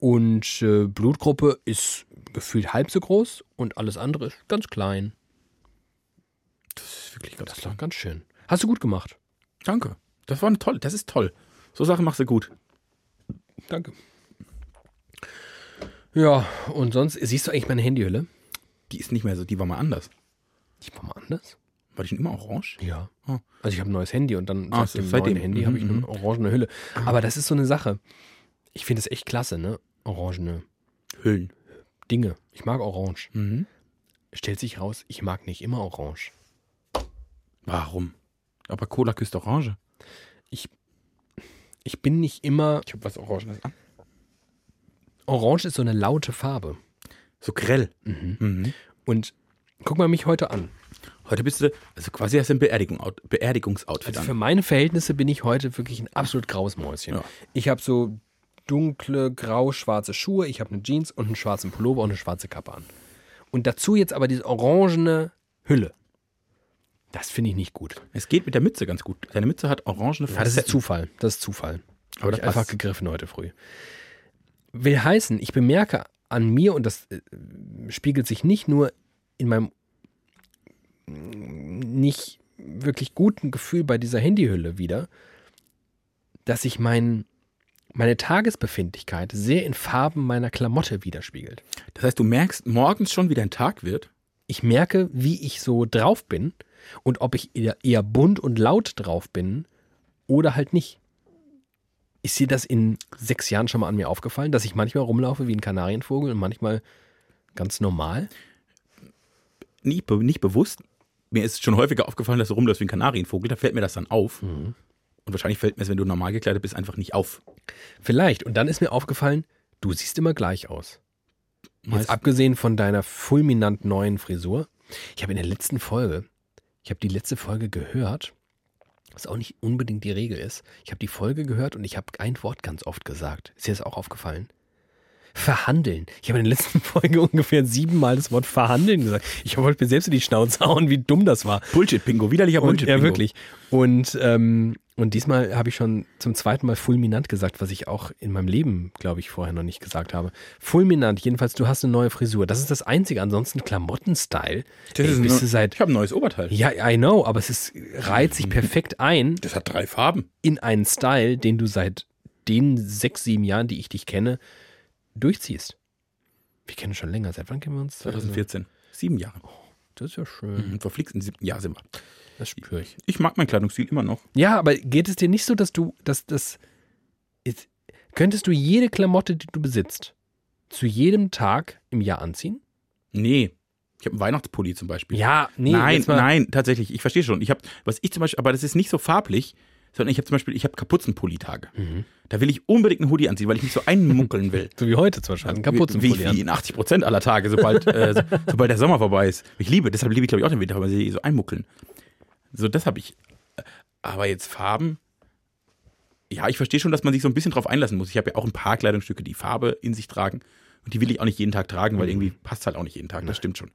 [SPEAKER 1] und äh, Blutgruppe ist gefühlt halb so groß und alles andere ist ganz klein.
[SPEAKER 2] Das ist wirklich ganz
[SPEAKER 1] Das war ganz schön. Hast du gut gemacht.
[SPEAKER 2] Danke. Das war eine toll. Das ist toll. So Sachen machst du gut.
[SPEAKER 1] Danke. Ja, und sonst, siehst du eigentlich meine Handyhülle?
[SPEAKER 2] Die ist nicht mehr so, die war mal anders.
[SPEAKER 1] Ich war mal anders.
[SPEAKER 2] War die schon immer orange?
[SPEAKER 1] Ja.
[SPEAKER 2] Oh.
[SPEAKER 1] Also ich habe ein neues Handy und dann
[SPEAKER 2] Ah,
[SPEAKER 1] seit
[SPEAKER 2] so,
[SPEAKER 1] dem
[SPEAKER 2] seitdem.
[SPEAKER 1] neuen Handy habe ich eine orangene Hülle. Aber das ist so eine Sache. Ich finde es echt klasse, ne? Orangene
[SPEAKER 2] Hüllen.
[SPEAKER 1] Dinge. Ich mag orange.
[SPEAKER 2] Mhm.
[SPEAKER 1] Stellt sich raus, ich mag nicht immer orange.
[SPEAKER 2] Warum? Aber Cola küsst Orange.
[SPEAKER 1] Ich bin nicht immer.
[SPEAKER 2] Ich habe was Orangenes an.
[SPEAKER 1] Orange ist so eine laute Farbe.
[SPEAKER 2] So grell.
[SPEAKER 1] Und guck mal mich heute an.
[SPEAKER 2] Heute bist du, also quasi hast du ein Beerdigung, Out- Beerdigungsoutfit
[SPEAKER 1] Also für
[SPEAKER 2] an.
[SPEAKER 1] meine Verhältnisse bin ich heute wirklich ein absolut graues Mäuschen.
[SPEAKER 2] Ja.
[SPEAKER 1] Ich habe so dunkle, grau-schwarze Schuhe, ich habe eine Jeans und einen schwarzen Pullover und eine schwarze Kappe an. Und dazu jetzt aber diese orangene Hülle. Das finde ich nicht gut.
[SPEAKER 2] Es geht mit der Mütze ganz gut. Deine Mütze hat orangene
[SPEAKER 1] Ja, das ist
[SPEAKER 2] Facetten.
[SPEAKER 1] Zufall. Das ist Zufall.
[SPEAKER 2] Aber
[SPEAKER 1] Hab
[SPEAKER 2] das
[SPEAKER 1] ich einfach
[SPEAKER 2] passt.
[SPEAKER 1] gegriffen heute früh. Will heißen, ich bemerke an mir, und das äh, spiegelt sich nicht nur in meinem mm, nicht wirklich guten Gefühl bei dieser Handyhülle wieder, dass sich mein, meine Tagesbefindlichkeit sehr in Farben meiner Klamotte widerspiegelt.
[SPEAKER 2] Das heißt, du merkst morgens schon, wie dein Tag wird.
[SPEAKER 1] Ich merke, wie ich so drauf bin und ob ich eher, eher bunt und laut drauf bin oder halt nicht. Ist dir das in sechs Jahren schon mal an mir aufgefallen, dass ich manchmal rumlaufe wie ein Kanarienvogel und manchmal ganz normal?
[SPEAKER 2] nie, be nicht bewusst. Mir ist schon häufiger aufgefallen, dass du rumläufst wie ein Kanarienvogel. Da fällt mir das dann auf.
[SPEAKER 1] Mhm.
[SPEAKER 2] Und wahrscheinlich fällt mir es, wenn du normal gekleidet bist, einfach nicht auf.
[SPEAKER 1] Vielleicht. Und dann ist mir aufgefallen, du siehst immer gleich aus. Jetzt
[SPEAKER 2] Meist-
[SPEAKER 1] abgesehen von deiner fulminant neuen Frisur. Ich habe in der letzten Folge, ich habe die letzte Folge gehört, was auch nicht unbedingt die Regel ist. Ich habe die Folge gehört und ich habe ein Wort ganz oft gesagt. Ist dir das auch aufgefallen? Verhandeln. Ich habe in der letzten Folge ungefähr siebenmal das Wort verhandeln gesagt. Ich wollte mir selbst in die Schnauze hauen, wie dumm das war.
[SPEAKER 2] Bullshit-Bingo, widerlicher
[SPEAKER 1] Und,
[SPEAKER 2] Bullshit-Bingo.
[SPEAKER 1] ja, wirklich. Und, ähm, und diesmal habe ich schon zum zweiten Mal fulminant gesagt, was ich auch in meinem Leben, glaube ich, vorher noch nicht gesagt habe. Fulminant, jedenfalls, du hast eine neue Frisur. Das ist das Einzige. Ansonsten Klamottenstyle.
[SPEAKER 2] Das
[SPEAKER 1] Ey,
[SPEAKER 2] ist ein
[SPEAKER 1] bist
[SPEAKER 2] neu-
[SPEAKER 1] du seit.
[SPEAKER 2] ich habe ein neues Oberteil.
[SPEAKER 1] Ja, I know, aber es ist, reiht sich perfekt ein
[SPEAKER 2] Das hat drei Farben.
[SPEAKER 1] in einen Style, den du seit den sechs, sieben Jahren, die ich dich kenne, durchziehst. Wir kennen uns schon länger. Seit wann kennen wir uns?
[SPEAKER 2] 2014. Sieben Jahre.
[SPEAKER 1] Das ist ja schön.
[SPEAKER 2] Und verflixt im siebten Jahr sind wir.
[SPEAKER 1] Das spüre ich.
[SPEAKER 2] Ich mag meinen Kleidungsstil immer noch.
[SPEAKER 1] Ja, aber geht es dir nicht so, dass du, dass das. Jetzt, könntest du jede Klamotte, die du besitzt, zu jedem Tag im Jahr anziehen?
[SPEAKER 2] Nee. Ich habe einen Weihnachtspulli zum Beispiel.
[SPEAKER 1] Ja, nee,
[SPEAKER 2] nein,
[SPEAKER 1] jetzt mal-
[SPEAKER 2] nein, tatsächlich. Ich verstehe schon. Ich habe, was ich zum Beispiel, aber das ist nicht so farblich, sondern ich habe zum Beispiel, ich habe Kapuzenpulli-Tage.
[SPEAKER 1] Mhm.
[SPEAKER 2] Da will ich unbedingt einen Hoodie anziehen, weil ich mich so einmunkeln will.
[SPEAKER 1] So wie heute zum Beispiel. Einen
[SPEAKER 2] wie,
[SPEAKER 1] Kapuzenpulli
[SPEAKER 2] wie
[SPEAKER 1] an.
[SPEAKER 2] in 80 Prozent aller Tage, sobald, äh, so, sobald der Sommer vorbei ist. Ich liebe, deshalb liebe ich glaube ich auch den Winter, weil sie so einmuckeln. So, das habe ich. Aber jetzt Farben. Ja, ich verstehe schon, dass man sich so ein bisschen drauf einlassen muss. Ich habe ja auch ein paar Kleidungsstücke, die Farbe in sich tragen. Und die will ich auch nicht jeden Tag tragen,
[SPEAKER 1] Mhm.
[SPEAKER 2] weil irgendwie passt halt auch nicht jeden Tag. Das stimmt schon.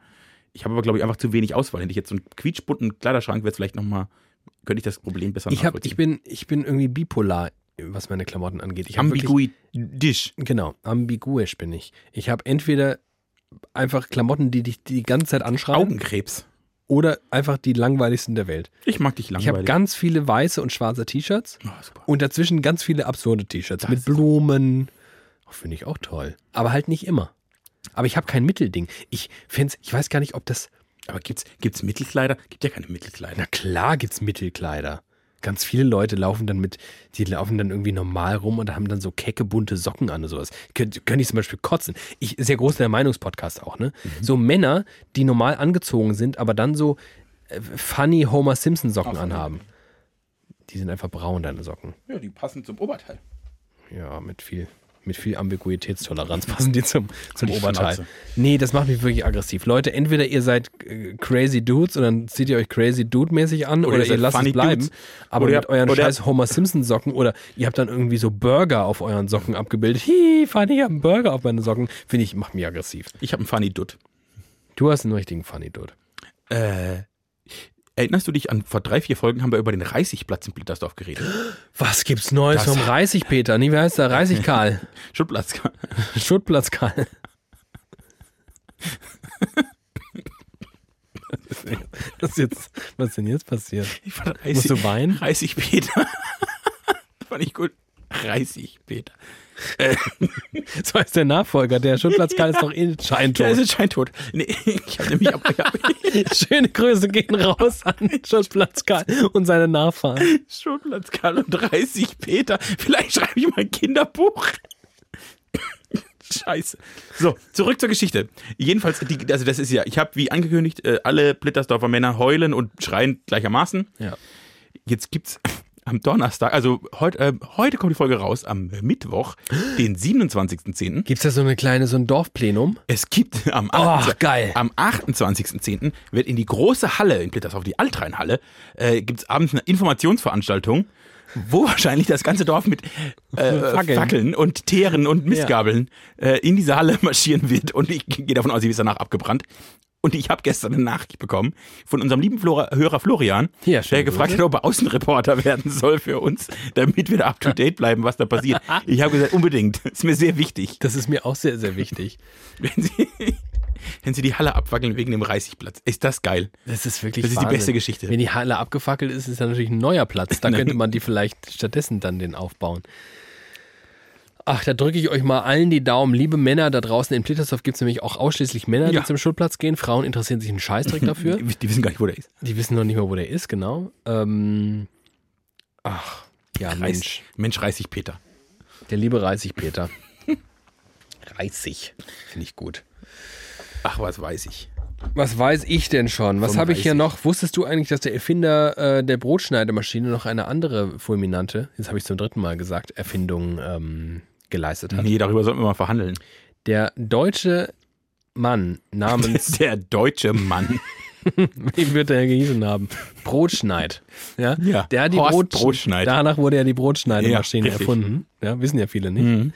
[SPEAKER 2] Ich habe aber, glaube ich, einfach zu wenig Auswahl. Hätte ich jetzt so einen quietschbunten Kleiderschrank, wäre es vielleicht nochmal könnte ich das Problem besser
[SPEAKER 1] Ich, hab,
[SPEAKER 2] nachvollziehen.
[SPEAKER 1] ich, bin, ich bin irgendwie bipolar, was meine Klamotten angeht. Ich hab wirklich-
[SPEAKER 2] Ambiguisch.
[SPEAKER 1] Genau, ambiguisch bin ich. Ich habe entweder einfach Klamotten, die dich die ganze Zeit anschreien,
[SPEAKER 2] Augenkrebs.
[SPEAKER 1] oder einfach die langweiligsten der Welt.
[SPEAKER 2] Ich mag dich
[SPEAKER 1] Ich habe
[SPEAKER 2] langweilig.
[SPEAKER 1] ganz viele weiße und schwarze T-Shirts
[SPEAKER 2] oh, super.
[SPEAKER 1] und dazwischen ganz viele absurde T-Shirts
[SPEAKER 2] Das
[SPEAKER 1] mit
[SPEAKER 2] ist so-
[SPEAKER 1] Blumen. Oh, Finde ich auch toll. Aber halt nicht immer. Aber ich habe kein Mittelding. Ich find's, ich weiß gar nicht, ob das.
[SPEAKER 2] Aber gibt's, gibt's Mittelkleider? Gibt ja keine Mittelkleider.
[SPEAKER 1] Na klar gibt's Mittelkleider. Ganz viele Leute laufen dann mit, die laufen dann irgendwie normal rum und haben dann so kecke, bunte Socken an und sowas. Könnte könnte ich zum Beispiel kotzen. Ich, ist ja groß der Meinungspodcast auch, ne?
[SPEAKER 2] Mhm.
[SPEAKER 1] So Männer, die normal angezogen sind, aber dann so äh, funny Homer Simpson Socken anhaben. Die sind einfach braun, deine Socken.
[SPEAKER 2] Ja, die passen zum Oberteil.
[SPEAKER 1] Ja, mit viel, mit viel Ambiguitätstoleranz passen die zum, zum
[SPEAKER 2] Die
[SPEAKER 1] Oberteil.
[SPEAKER 2] Schnauze.
[SPEAKER 1] Nee, das macht mich wirklich aggressiv. Leute, entweder ihr seid äh, crazy Dudes und dann zieht ihr euch crazy Dude-mäßig an oder,
[SPEAKER 2] Oder ihr
[SPEAKER 1] ihr
[SPEAKER 2] seid
[SPEAKER 1] lasst es
[SPEAKER 2] funny
[SPEAKER 1] bleiben.
[SPEAKER 2] Dudes.
[SPEAKER 1] Aber
[SPEAKER 2] Oder ihr
[SPEAKER 1] mit
[SPEAKER 2] habt-
[SPEAKER 1] euren
[SPEAKER 2] oder-
[SPEAKER 1] scheiß Homer Simpson-Socken oder ihr habt dann irgendwie so Burger auf euren Socken abgebildet. Hi, funny, ich hab einen Burger auf meinen Socken. Finde ich, macht mich aggressiv.
[SPEAKER 2] Ich habe einen Funny Dutt.
[SPEAKER 1] Du hast einen richtigen funny Dude.
[SPEAKER 2] Äh, erinnerst du dich an, vor drei, vier Folgen haben wir über den Reisigplatz in Blittersdorf geredet.
[SPEAKER 1] Was gibt's Neues
[SPEAKER 2] Das-
[SPEAKER 1] vom Reisig-Peter? Nee, wie heißt der? Reisig-Karl.
[SPEAKER 2] Schuttplatz.
[SPEAKER 1] Schuttplatz-Karl. Was, ist jetzt, was ist denn jetzt passiert?
[SPEAKER 2] Ich fand
[SPEAKER 1] Musst du weinen?
[SPEAKER 2] Reisig Peter. fand ich gut. Reisig Peter.
[SPEAKER 1] So heißt der Nachfolger. Der Schuttplatz-Karl ist doch eh
[SPEAKER 2] Der ist
[SPEAKER 1] scheintot.
[SPEAKER 2] jetzt scheintot. Nee, ich habe nämlich ab, ich hab,
[SPEAKER 1] Schöne Grüße gehen raus an Schuttplatz-Karl und seine Nachfahren.
[SPEAKER 2] Schuttplatz Karl und 30 Peter. Vielleicht schreibe ich mal ein Kinderbuch. Scheiße. So, zurück zur Geschichte. Jedenfalls, die, also das ist ja, ich habe wie angekündigt, äh, alle Blittersdorfer Männer heulen und schreien gleichermaßen.
[SPEAKER 1] Ja.
[SPEAKER 2] Jetzt gibt's am Donnerstag, also heute, äh, heute kommt die Folge raus, am Mittwoch, den 27.10.
[SPEAKER 1] Gibt's da so eine kleine, so ein Dorfplenum?
[SPEAKER 2] Es gibt am,
[SPEAKER 1] Ach, geil.
[SPEAKER 2] am 28.10. wird in die große Halle in Blittersdorf, die Altrheinhalle, äh, gibt es abends eine Informationsveranstaltung, wo wahrscheinlich das ganze Dorf mit äh,
[SPEAKER 1] Fackeln.
[SPEAKER 2] Fackeln. und Teeren und Mistgabeln äh, in diese Halle marschieren wird. Und ich gehe davon aus, sie ist danach abgebrannt. Und ich habe gestern eine Nachricht bekommen von unserem lieben Flora, Hörer Florian,
[SPEAKER 1] Ja, schöne
[SPEAKER 2] der gefragt
[SPEAKER 1] Grüße.
[SPEAKER 2] hat, ob er Außenreporter werden soll für uns, damit wir da up to date bleiben, was da passiert. Ich habe gesagt, unbedingt. Ist mir sehr wichtig.
[SPEAKER 1] Das ist mir auch sehr, sehr wichtig.
[SPEAKER 2] Wenn sie, wenn sie die Halle abwackeln wegen dem Reisigplatz. Ist das geil.
[SPEAKER 1] Das ist wirklich
[SPEAKER 2] Das ist die
[SPEAKER 1] Wahnsinn.
[SPEAKER 2] beste Geschichte.
[SPEAKER 1] Wenn die Halle abgefackelt ist, ist ja natürlich ein neuer Platz. Da könnte man die vielleicht stattdessen dann den aufbauen. Ach, da drücke ich euch mal allen die Daumen. Liebe Männer da draußen in Plittersdorf gibt es nämlich auch ausschließlich Männer,
[SPEAKER 2] Ja.
[SPEAKER 1] die zum Schulplatz gehen. Frauen interessieren sich einen Scheißdreck dafür.
[SPEAKER 2] Die, die wissen gar nicht, wo der ist.
[SPEAKER 1] Die wissen noch nicht mal, wo der ist, genau. Ähm, ach, ja, Mensch.
[SPEAKER 2] Mensch, Reisig Peter.
[SPEAKER 1] Der liebe Reißig Peter. Reißig. Finde ich gut.
[SPEAKER 2] Ach, was weiß ich.
[SPEAKER 1] Was weiß ich denn schon? Was
[SPEAKER 2] Von
[SPEAKER 1] habe ich hier
[SPEAKER 2] weiß
[SPEAKER 1] noch? Wusstest du eigentlich, dass der Erfinder äh, der Brotschneidemaschine noch eine andere fulminante, jetzt habe ich zum dritten Mal gesagt, Erfindung ähm, geleistet hat?
[SPEAKER 2] Nee, darüber sollten wir mal verhandeln.
[SPEAKER 1] Der deutsche Mann namens,
[SPEAKER 2] Der deutsche Mann.
[SPEAKER 1] wie wird er gehießen haben? Brotschneid. Ja?
[SPEAKER 2] Ja,
[SPEAKER 1] Der hat die
[SPEAKER 2] Horst
[SPEAKER 1] Brot
[SPEAKER 2] Brotschneid.
[SPEAKER 1] Danach wurde ja die Brotschneidemaschine
[SPEAKER 2] Ja, richtig. Mhm.
[SPEAKER 1] erfunden. Ja, wissen ja viele nicht.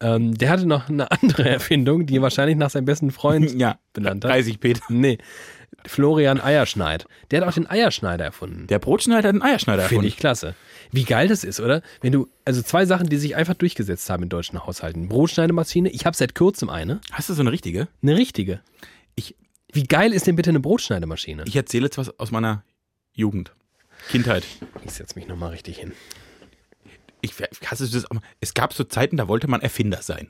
[SPEAKER 1] Ähm, der hatte noch eine andere Erfindung, die er wahrscheinlich nach seinem besten Freund
[SPEAKER 2] ja,
[SPEAKER 1] benannt hat.
[SPEAKER 2] Reisig Peter.
[SPEAKER 1] Nee. Florian Eierschneid. Der hat auch den Eierschneider erfunden.
[SPEAKER 2] Der Brotschneider hat einen Eierschneider
[SPEAKER 1] Finde
[SPEAKER 2] erfunden.
[SPEAKER 1] ich klasse. Wie geil das ist, oder? Wenn du, also zwei Sachen, die sich einfach durchgesetzt haben in deutschen Haushalten. Brotschneidemaschine, ich habe seit kurzem eine,
[SPEAKER 2] Hast du so eine richtige?
[SPEAKER 1] eine richtige.
[SPEAKER 2] Ich-
[SPEAKER 1] Wie geil ist denn bitte eine Brotschneidemaschine?
[SPEAKER 2] Ich erzähle jetzt was aus meiner Jugend. Kindheit.
[SPEAKER 1] Ich setze mich nochmal richtig hin.
[SPEAKER 2] Ich, hast du das, auch mal- es gab so Zeiten, da wollte man Erfinder sein.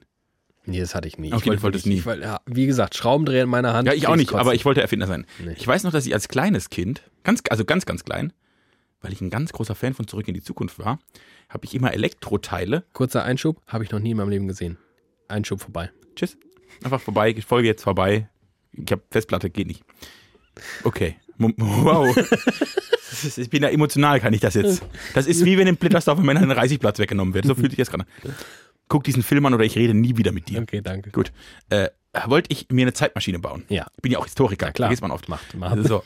[SPEAKER 1] Nee, das hatte ich nie.
[SPEAKER 2] Okay,
[SPEAKER 1] ich wollte
[SPEAKER 2] du wolltest
[SPEAKER 1] wirklich-
[SPEAKER 2] nie.
[SPEAKER 1] Ich, wollte- ja, wie gesagt, Schraubendreher in meiner Hand.
[SPEAKER 2] Ja, ich auch nicht,
[SPEAKER 1] kotzen.
[SPEAKER 2] aber ich wollte Erfinder sein.
[SPEAKER 1] Nee.
[SPEAKER 2] Ich weiß noch, dass ich als kleines Kind, ganz, also ganz, ganz klein, weil ich ein ganz großer Fan von Zurück in die Zukunft war, habe ich immer Elektroteile,
[SPEAKER 1] Kurzer Einschub, habe ich noch nie in meinem Leben gesehen. Einschub vorbei.
[SPEAKER 2] tschüss, einfach vorbei, ich folge jetzt vorbei, ich habe Festplatte, geht nicht. Okay, Mom- wow. Das ist- Ich bin da emotional, kann ich das jetzt. Das ist wie wenn im Blittersdorfer Männern ein Reisigplatz weggenommen wird. So fühlt sich das gerade an. Guck diesen Film an oder ich rede nie wieder mit dir.
[SPEAKER 1] Okay, danke.
[SPEAKER 2] Gut. Äh, wollte ich mir eine Zeitmaschine bauen.
[SPEAKER 1] Ja.
[SPEAKER 2] Bin ja auch Historiker,
[SPEAKER 1] klar.
[SPEAKER 2] vergisst man oft.
[SPEAKER 1] Macht- macht.
[SPEAKER 2] So.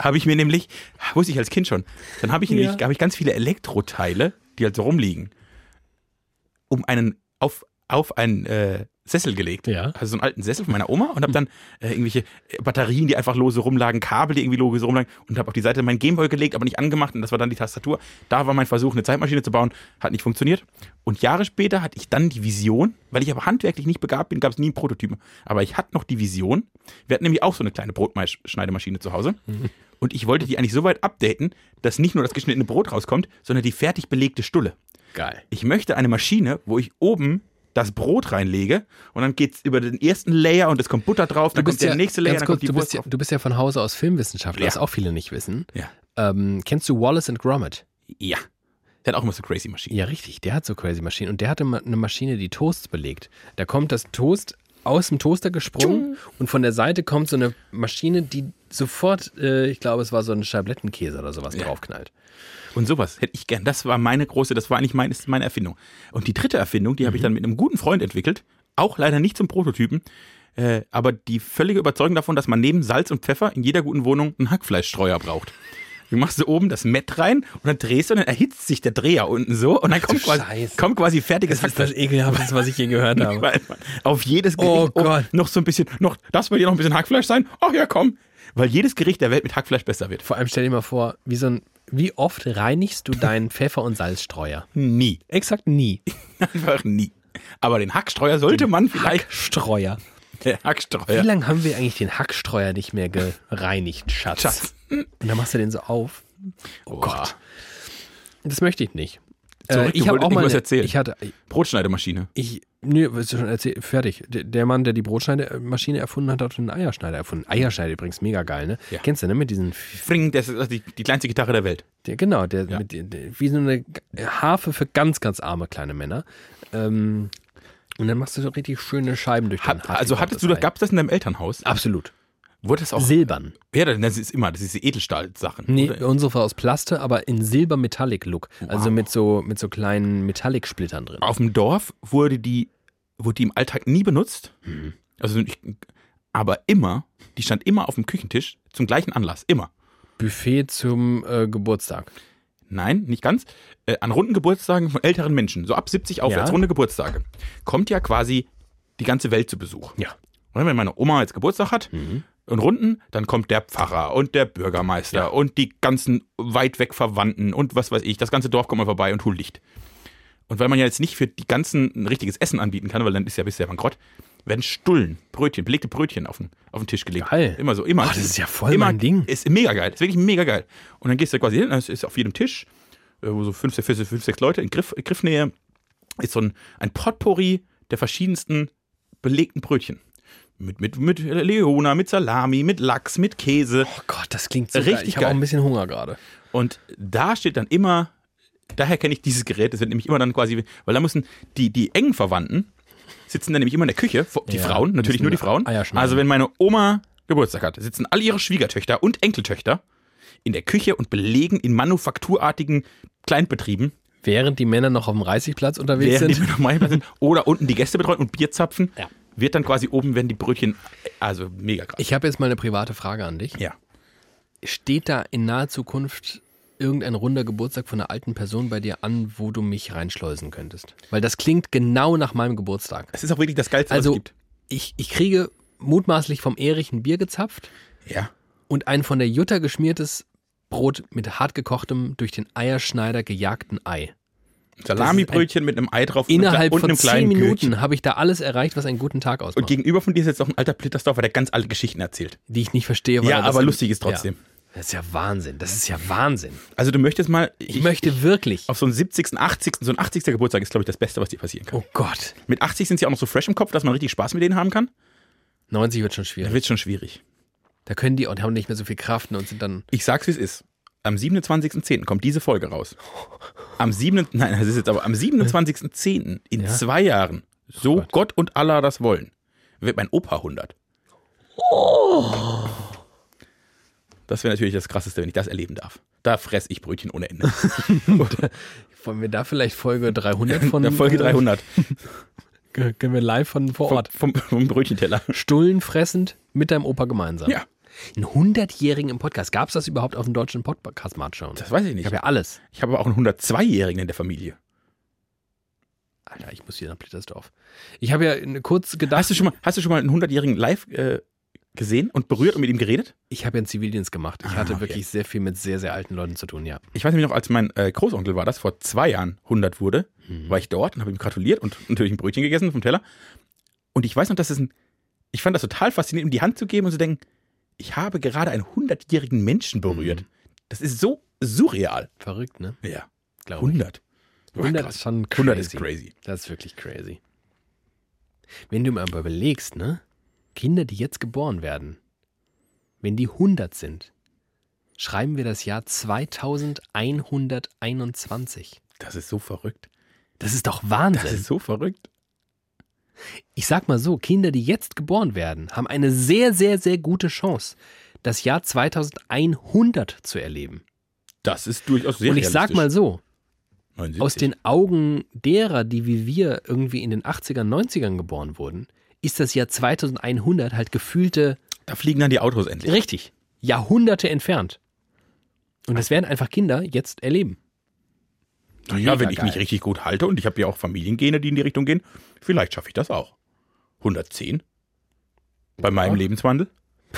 [SPEAKER 2] Habe ich mir nämlich, wusste ich als Kind schon, dann habe ich, nämlich-
[SPEAKER 1] Ja.
[SPEAKER 2] habe ich ganz viele Elektroteile, die halt so rumliegen, um einen auf, auf ein äh, Sessel gelegt.
[SPEAKER 1] Ja.
[SPEAKER 2] Also so einen alten Sessel von meiner Oma und habe dann äh, irgendwelche äh, Batterien, die einfach lose rumlagen, Kabel, die irgendwie lose rumlagen und habe auf die Seite meinen Gameboy gelegt, aber nicht angemacht und das war dann die Tastatur. Da war mein Versuch, eine Zeitmaschine zu bauen, hat nicht funktioniert. Und Jahre später hatte ich dann die Vision, weil ich aber handwerklich nicht begabt bin, gab es nie einen Prototypen, aber ich hatte noch die Vision. Wir hatten nämlich auch so eine kleine Brotschneidemaschine zu Hause. Und ich wollte die eigentlich so weit updaten, dass nicht nur das geschnittene Brot rauskommt, sondern die fertig belegte Stulle
[SPEAKER 1] Geil.
[SPEAKER 2] ich möchte eine Maschine, wo ich oben das Brot reinlege und dann geht's über den ersten Layer und es kommt Butter drauf, dann kommt der nächste Layer, dann
[SPEAKER 1] kurz,
[SPEAKER 2] kommt die
[SPEAKER 1] du,
[SPEAKER 2] Wurst
[SPEAKER 1] bist ja,
[SPEAKER 2] drauf.
[SPEAKER 1] du bist ja von Hause aus Filmwissenschaftler,
[SPEAKER 2] Ja.
[SPEAKER 1] was auch viele nicht wissen.
[SPEAKER 2] Ja.
[SPEAKER 1] Ähm, kennst du Wallace and Gromit?
[SPEAKER 2] ja. Der hat auch immer so crazy Maschinen.
[SPEAKER 1] Ja, richtig. Der hat so crazy Maschinen. Und der hatte ma- eine Maschine, die Toasts belegt. Da kommt das Toast aus dem Toaster gesprungen und von der Seite kommt so eine Maschine, die sofort, äh, ich glaube, es war so ein Schablettenkäse oder sowas draufknallt.
[SPEAKER 2] Und sowas hätte ich gern. Das war meine große, das war eigentlich meine, ist meine Erfindung. Und die dritte Erfindung, die habe ich
[SPEAKER 1] Mhm.
[SPEAKER 2] dann mit einem guten Freund entwickelt, auch leider nicht zum Prototypen, äh, aber die völlige Überzeugung davon, dass man neben Salz und Pfeffer in jeder guten Wohnung einen Hackfleischstreuer braucht. Du machst so oben das Mett rein und dann drehst du und dann erhitzt sich der Dreher unten so und dann kommt quasi,
[SPEAKER 1] Scheiße.
[SPEAKER 2] kommt quasi fertiges Hackfleisch.
[SPEAKER 1] Ekelhafteste, was ich je gehört
[SPEAKER 2] Weil man auf jedes Gericht
[SPEAKER 1] Genau. Oh Gott.
[SPEAKER 2] noch so ein bisschen, noch, das wird ja noch ein bisschen Hackfleisch sein. Ach ja, komm. Weil jedes Gericht der Welt mit Hackfleisch besser wird.
[SPEAKER 1] Vor allem stell dir mal vor, wie, so ein, wie oft reinigst du deinen Pfeffer- und Salzstreuer?
[SPEAKER 2] Nie.
[SPEAKER 1] Exakt nie.
[SPEAKER 2] Einfach nie. Aber den Hackstreuer sollte man vielleicht.
[SPEAKER 1] Hackstreuer.
[SPEAKER 2] Der
[SPEAKER 1] Wie
[SPEAKER 2] Hackstreuer.
[SPEAKER 1] lange haben wir eigentlich den Hackstreuer nicht mehr gereinigt, Schatz?
[SPEAKER 2] Schatz.
[SPEAKER 1] Und dann machst du den so auf.
[SPEAKER 2] Oh Gott.
[SPEAKER 1] Das möchte ich nicht. Äh,
[SPEAKER 2] Zurück, du
[SPEAKER 1] ich hab
[SPEAKER 2] wolltest irgendwas
[SPEAKER 1] eine-
[SPEAKER 2] erzählen.
[SPEAKER 1] Ich hatte,
[SPEAKER 2] Brotschneidemaschine.
[SPEAKER 1] ich, nö, wirst du schon erzählt, fertig. Der, der Mann, der die Brotschneidemaschine erfunden hat, hat einen Eierschneider erfunden. Eierschneider übrigens mega geil, ne?
[SPEAKER 2] Ja.
[SPEAKER 1] Kennst du, ne? Mit diesen, F-
[SPEAKER 2] Fring, das ist die, die kleinste Gitarre der Welt.
[SPEAKER 1] der, genau, der, mit, den- der, wie so eine G- Harfe für ganz, ganz arme kleine Männer. Ähm, und dann machst du so richtig schöne Scheiben durch den
[SPEAKER 2] Hab, also hattest du das, gab es das in deinem Elternhaus?
[SPEAKER 1] Absolut. Oh.
[SPEAKER 2] Wurde das auch.
[SPEAKER 1] Silbern.
[SPEAKER 2] ja, das ist immer, das ist die Edelstahlsachen.
[SPEAKER 1] Nee,
[SPEAKER 2] oder?
[SPEAKER 1] unsere war aus Plaste, aber in Silber-Metallic-Look. Also mit so, mit so kleinen Metallic-Splittern drin.
[SPEAKER 2] Auf dem Dorf wurde die, wurde die im Alltag nie benutzt.
[SPEAKER 1] Mhm.
[SPEAKER 2] Also ich, aber immer, die stand immer auf dem Küchentisch zum gleichen Anlass. Immer.
[SPEAKER 1] Buffet zum äh, Geburtstag.
[SPEAKER 2] Nein, nicht ganz. Äh, an runden Geburtstagen von älteren Menschen, so ab 70 aufwärts,
[SPEAKER 1] Ja.
[SPEAKER 2] runde Geburtstage, kommt ja quasi die ganze Welt zu Besuch.
[SPEAKER 1] Ja. Mhm.
[SPEAKER 2] Und wenn meine Oma jetzt Geburtstag hat und Runden, dann kommt der Pfarrer und der Bürgermeister
[SPEAKER 1] Ja.
[SPEAKER 2] und die ganzen weit weg Verwandten und was weiß ich. Das ganze Dorf kommt mal vorbei und holt Licht. Und weil man ja jetzt nicht für die ganzen ein richtiges Essen anbieten kann, weil dann ist ja bisher bankrott, werden Stullen, Brötchen, belegte Brötchen auf den, auf den Tisch gelegt.
[SPEAKER 1] Geil.
[SPEAKER 2] Immer so, immer.
[SPEAKER 1] Oh, das ist ja voll
[SPEAKER 2] immer,
[SPEAKER 1] mein Ding.
[SPEAKER 2] Ist mega geil, ist wirklich mega geil. Und dann gehst du quasi hin, es ist auf jedem Tisch, äh, wo so fünf, sechs, fünf, sechs Leute in Griff, Griffnähe, ist so ein, ein Potpourri der verschiedensten belegten Brötchen. Mit, mit, mit Leona, mit Salami, mit Lachs, mit Käse.
[SPEAKER 1] Oh Gott, das klingt so
[SPEAKER 2] Richtig
[SPEAKER 1] geil. Ich habe auch
[SPEAKER 2] geil.
[SPEAKER 1] ein bisschen Hunger gerade.
[SPEAKER 2] Und da steht dann immer, daher kenne ich dieses Gerät, das wird nämlich immer dann quasi, weil da müssen die, die engen Verwandten sitzen dann nämlich immer in der Küche, vor- die
[SPEAKER 1] Ja,
[SPEAKER 2] Frauen, natürlich
[SPEAKER 1] müssen
[SPEAKER 2] nur die Frauen.
[SPEAKER 1] Eier schneiden.
[SPEAKER 2] Also wenn meine Oma Geburtstag hat, sitzen alle ihre Schwiegertöchter und Enkeltöchter in der Küche und belegen in manufakturartigen Kleinbetrieben,
[SPEAKER 1] Während die Männer noch auf dem Reisigplatz unterwegs
[SPEAKER 2] während die
[SPEAKER 1] sind.
[SPEAKER 2] noch mal sind, oder unten die Gäste betreuen und Bier zapfen,
[SPEAKER 1] Ja.
[SPEAKER 2] wird dann quasi oben, werden die Brötchen, also mega krass.
[SPEAKER 1] Ich habe jetzt mal eine private Frage an dich.
[SPEAKER 2] ja.
[SPEAKER 1] Steht da in naher Zukunft irgendein runder Geburtstag von einer alten Person bei dir an, wo du mich reinschleusen könntest? Weil das klingt genau nach meinem Geburtstag.
[SPEAKER 2] Es ist auch wirklich das Geilste,
[SPEAKER 1] Also,
[SPEAKER 2] was es
[SPEAKER 1] ich, ich kriege mutmaßlich vom Erich ein Bier gezapft.
[SPEAKER 2] gibt. Ja.
[SPEAKER 1] und ein von der Jutta geschmiertes Brot mit hartgekochtem, durch den Eierschneider gejagten Ei.
[SPEAKER 2] Salamibrötchen mit einem Ei drauf und einem
[SPEAKER 1] Innerhalb
[SPEAKER 2] kle- und
[SPEAKER 1] von
[SPEAKER 2] einem kleinen
[SPEAKER 1] zehn
[SPEAKER 2] Gürtchen.
[SPEAKER 1] Minuten habe ich da alles erreicht, was einen guten Tag
[SPEAKER 2] Und
[SPEAKER 1] ausmacht.
[SPEAKER 2] gegenüber von dir ist jetzt auch ein alter Plittersdorfer, der ganz alte Geschichten erzählt.
[SPEAKER 1] die ich nicht verstehe. weil
[SPEAKER 2] Ja,
[SPEAKER 1] er das-
[SPEAKER 2] aber lustig ist trotzdem.
[SPEAKER 1] Ja. Das ist ja Wahnsinn. Das ist ja Wahnsinn.
[SPEAKER 2] Also du möchtest mal,
[SPEAKER 1] Ich, möchte wirklich.
[SPEAKER 2] auf so einen 70., 80., so ein 80. Geburtstag ist, glaube ich, das Beste, was dir passieren kann.
[SPEAKER 1] Oh Gott.
[SPEAKER 2] Mit 80 sind sie auch noch so fresh im Kopf, dass man richtig Spaß mit denen haben kann.
[SPEAKER 1] 90 wird schon
[SPEAKER 2] Dann
[SPEAKER 1] schwierig.
[SPEAKER 2] wird schon schwierig.
[SPEAKER 1] Da können die und haben nicht mehr so viel Kraft ne, und sind dann.
[SPEAKER 2] Ich sag's, wie es ist. Am 27.10. kommt diese Folge raus. Am 7. Nein, das ist jetzt aber am 27.10. in
[SPEAKER 1] Ja.
[SPEAKER 2] zwei Jahren, so
[SPEAKER 1] Gott.
[SPEAKER 2] Gott. und Allah das wollen, wird mein Opa 100.
[SPEAKER 1] Oh.
[SPEAKER 2] Das wäre natürlich das Krasseste, wenn ich das erleben darf. Da fress ich Brötchen ohne Ende.
[SPEAKER 1] Wollen wir da vielleicht Folge 300 von.
[SPEAKER 2] Von der Folge 300.
[SPEAKER 1] Äh, können wir live von vor
[SPEAKER 2] Vom,
[SPEAKER 1] Ort.
[SPEAKER 2] vom, vom Brötchenteller.
[SPEAKER 1] Stullen fressend mit deinem Opa gemeinsam.
[SPEAKER 2] Ja,
[SPEAKER 1] Einen 100-Jährigen im Podcast. Gab es das überhaupt auf dem deutschen Podcast-Markt schon?
[SPEAKER 2] das weiß ich
[SPEAKER 1] Ich
[SPEAKER 2] nicht.
[SPEAKER 1] habe ja alles.
[SPEAKER 2] Ich habe aber auch einen 102-Jährigen in der Familie.
[SPEAKER 1] Alter, ich muss hier nach Blittersdorf. Ich habe ja in- kurz gedacht,
[SPEAKER 2] Hast du schon mal, hast du schon mal einen 100-jährigen live äh, gesehen und berührt und mit ihm geredet?
[SPEAKER 1] ich habe ja einen Zivildienst gemacht. Ich
[SPEAKER 2] Ah,
[SPEAKER 1] hatte
[SPEAKER 2] okay.
[SPEAKER 1] wirklich sehr viel mit sehr, sehr alten Leuten zu tun, ja.
[SPEAKER 2] Ich weiß nämlich noch, als mein äh, Großonkel war das, vor zwei Jahren 100 wurde, war ich dort und habe ihm gratuliert und natürlich ein Brötchen gegessen vom Teller. Und ich weiß noch, dass es ein, ich fand das total faszinierend, ihm die Hand zu geben und zu denken, ich habe gerade einen 100-jährigen Menschen berührt. Das ist so surreal.
[SPEAKER 1] Verrückt, ne?
[SPEAKER 2] Mhm. Ja,
[SPEAKER 1] Glaube ich.
[SPEAKER 2] 100. Boah,
[SPEAKER 1] 100
[SPEAKER 2] krass.
[SPEAKER 1] ist schon
[SPEAKER 2] 100 ist
[SPEAKER 1] crazy.
[SPEAKER 2] crazy.
[SPEAKER 1] Das ist wirklich crazy. Wenn du mir aber überlegst, ne? Kinder, die jetzt geboren werden, wenn die 100 sind, schreiben wir das Jahr 2121.
[SPEAKER 2] Das ist so verrückt.
[SPEAKER 1] Das ist doch Wahnsinn.
[SPEAKER 2] Das ist so verrückt.
[SPEAKER 1] ich sag mal so, Kinder, die jetzt geboren werden, haben eine sehr, sehr, sehr gute Chance, das Jahr 2100 zu erleben.
[SPEAKER 2] Das ist durchaus sehr
[SPEAKER 1] Und ich sag mal
[SPEAKER 2] realistisch.
[SPEAKER 1] so,
[SPEAKER 2] 79.
[SPEAKER 1] aus den Augen derer, die wie wir irgendwie in den 80ern, 90ern geboren wurden, ist das Jahr 2100 halt gefühlte,
[SPEAKER 2] da fliegen dann die Autos endlich.
[SPEAKER 1] richtig, Jahrhunderte entfernt. Und das werden einfach Kinder jetzt erleben.
[SPEAKER 2] Na ja,
[SPEAKER 1] Mega
[SPEAKER 2] wenn ich mich
[SPEAKER 1] geil.
[SPEAKER 2] richtig gut halte und ich habe ja auch Familiengene, die in die Richtung gehen, vielleicht schaffe ich das auch. 110? Bei meinem Lebenswandel?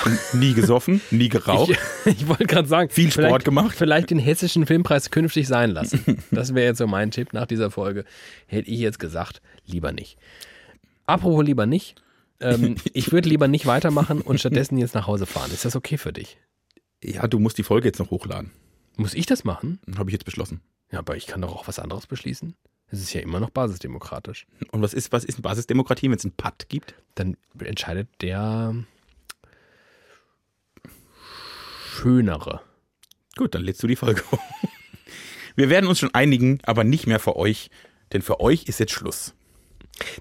[SPEAKER 2] Und Nie gesoffen, nie geraucht.
[SPEAKER 1] Ich, ich wollte gerade sagen,
[SPEAKER 2] Viel Sport
[SPEAKER 1] vielleicht,
[SPEAKER 2] gemacht.
[SPEAKER 1] Vielleicht den hessischen Filmpreis künftig sein lassen. Das wäre jetzt so mein Tipp nach dieser Folge. Hätte ich jetzt gesagt, lieber nicht. Apropos lieber nicht. Ähm, ich würde lieber nicht weitermachen und stattdessen jetzt nach Hause fahren. Ist das okay für dich?
[SPEAKER 2] ja, du musst die Folge jetzt noch hochladen.
[SPEAKER 1] Muss ich das machen?
[SPEAKER 2] Habe ich jetzt beschlossen.
[SPEAKER 1] Ja, aber ich kann doch auch was anderes beschließen. Es ist ja immer noch basisdemokratisch.
[SPEAKER 2] Und was ist, was ist eine Basisdemokratie, wenn es einen Patt gibt?
[SPEAKER 1] Dann entscheidet der Schönere.
[SPEAKER 2] Gut, dann lädst du die Folge hoch. Wir werden uns schon einigen, aber nicht mehr für euch, denn für euch ist jetzt Schluss.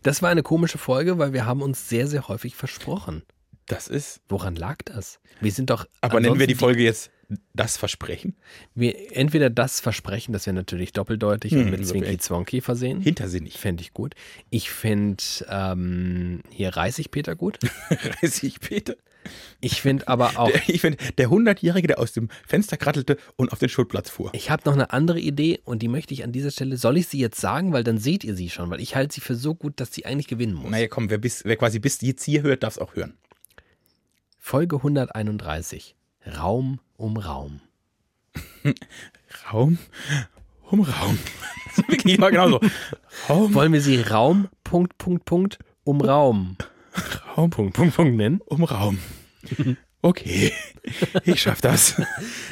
[SPEAKER 1] Das war eine komische Folge, weil wir haben uns sehr, sehr häufig versprochen.
[SPEAKER 2] Das ist.
[SPEAKER 1] Woran lag das? Wir sind doch.
[SPEAKER 2] Aber nennen wir die
[SPEAKER 1] ansonsten
[SPEAKER 2] Folge jetzt das Versprechen?
[SPEAKER 1] die- Wir, entweder das Versprechen, das wir natürlich doppeldeutig und mit
[SPEAKER 2] so
[SPEAKER 1] Zwinki
[SPEAKER 2] Hm, echt.
[SPEAKER 1] Zwonki versehen.
[SPEAKER 2] Hintersinnig.
[SPEAKER 1] Fände ich gut. Ich finde ähm, hier Reisig Peter gut.
[SPEAKER 2] Reiß ich Peter.
[SPEAKER 1] Ich finde aber auch.
[SPEAKER 2] Der, ich finde, der 100-Jährige, der aus dem Fenster krattelte und auf den Schulplatz fuhr.
[SPEAKER 1] Ich habe noch eine andere Idee und die möchte ich an dieser Stelle. Soll ich sie jetzt sagen? Weil dann seht ihr sie schon, weil ich halte sie für so gut, dass sie eigentlich gewinnen muss.
[SPEAKER 2] Naja, komm, wer, bis, wer quasi bis jetzt hier hört, darf es auch hören.
[SPEAKER 1] Folge 131. Raum um Raum.
[SPEAKER 2] Raum um Raum. Das ist Wirklich mal genauso. Raum
[SPEAKER 1] Wollen wir sie Raum, Punkt, Punkt, Punkt, um Raum. Raum, Punkt, Punkt, Punkt nennen?
[SPEAKER 2] um Raum. Okay, ich schaff das.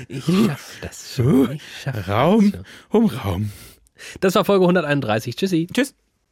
[SPEAKER 1] Ich schaff das schon. Ich schaff
[SPEAKER 2] Raum um Raum.
[SPEAKER 1] Das war Folge 131. Tschüssi.
[SPEAKER 2] Tschüss.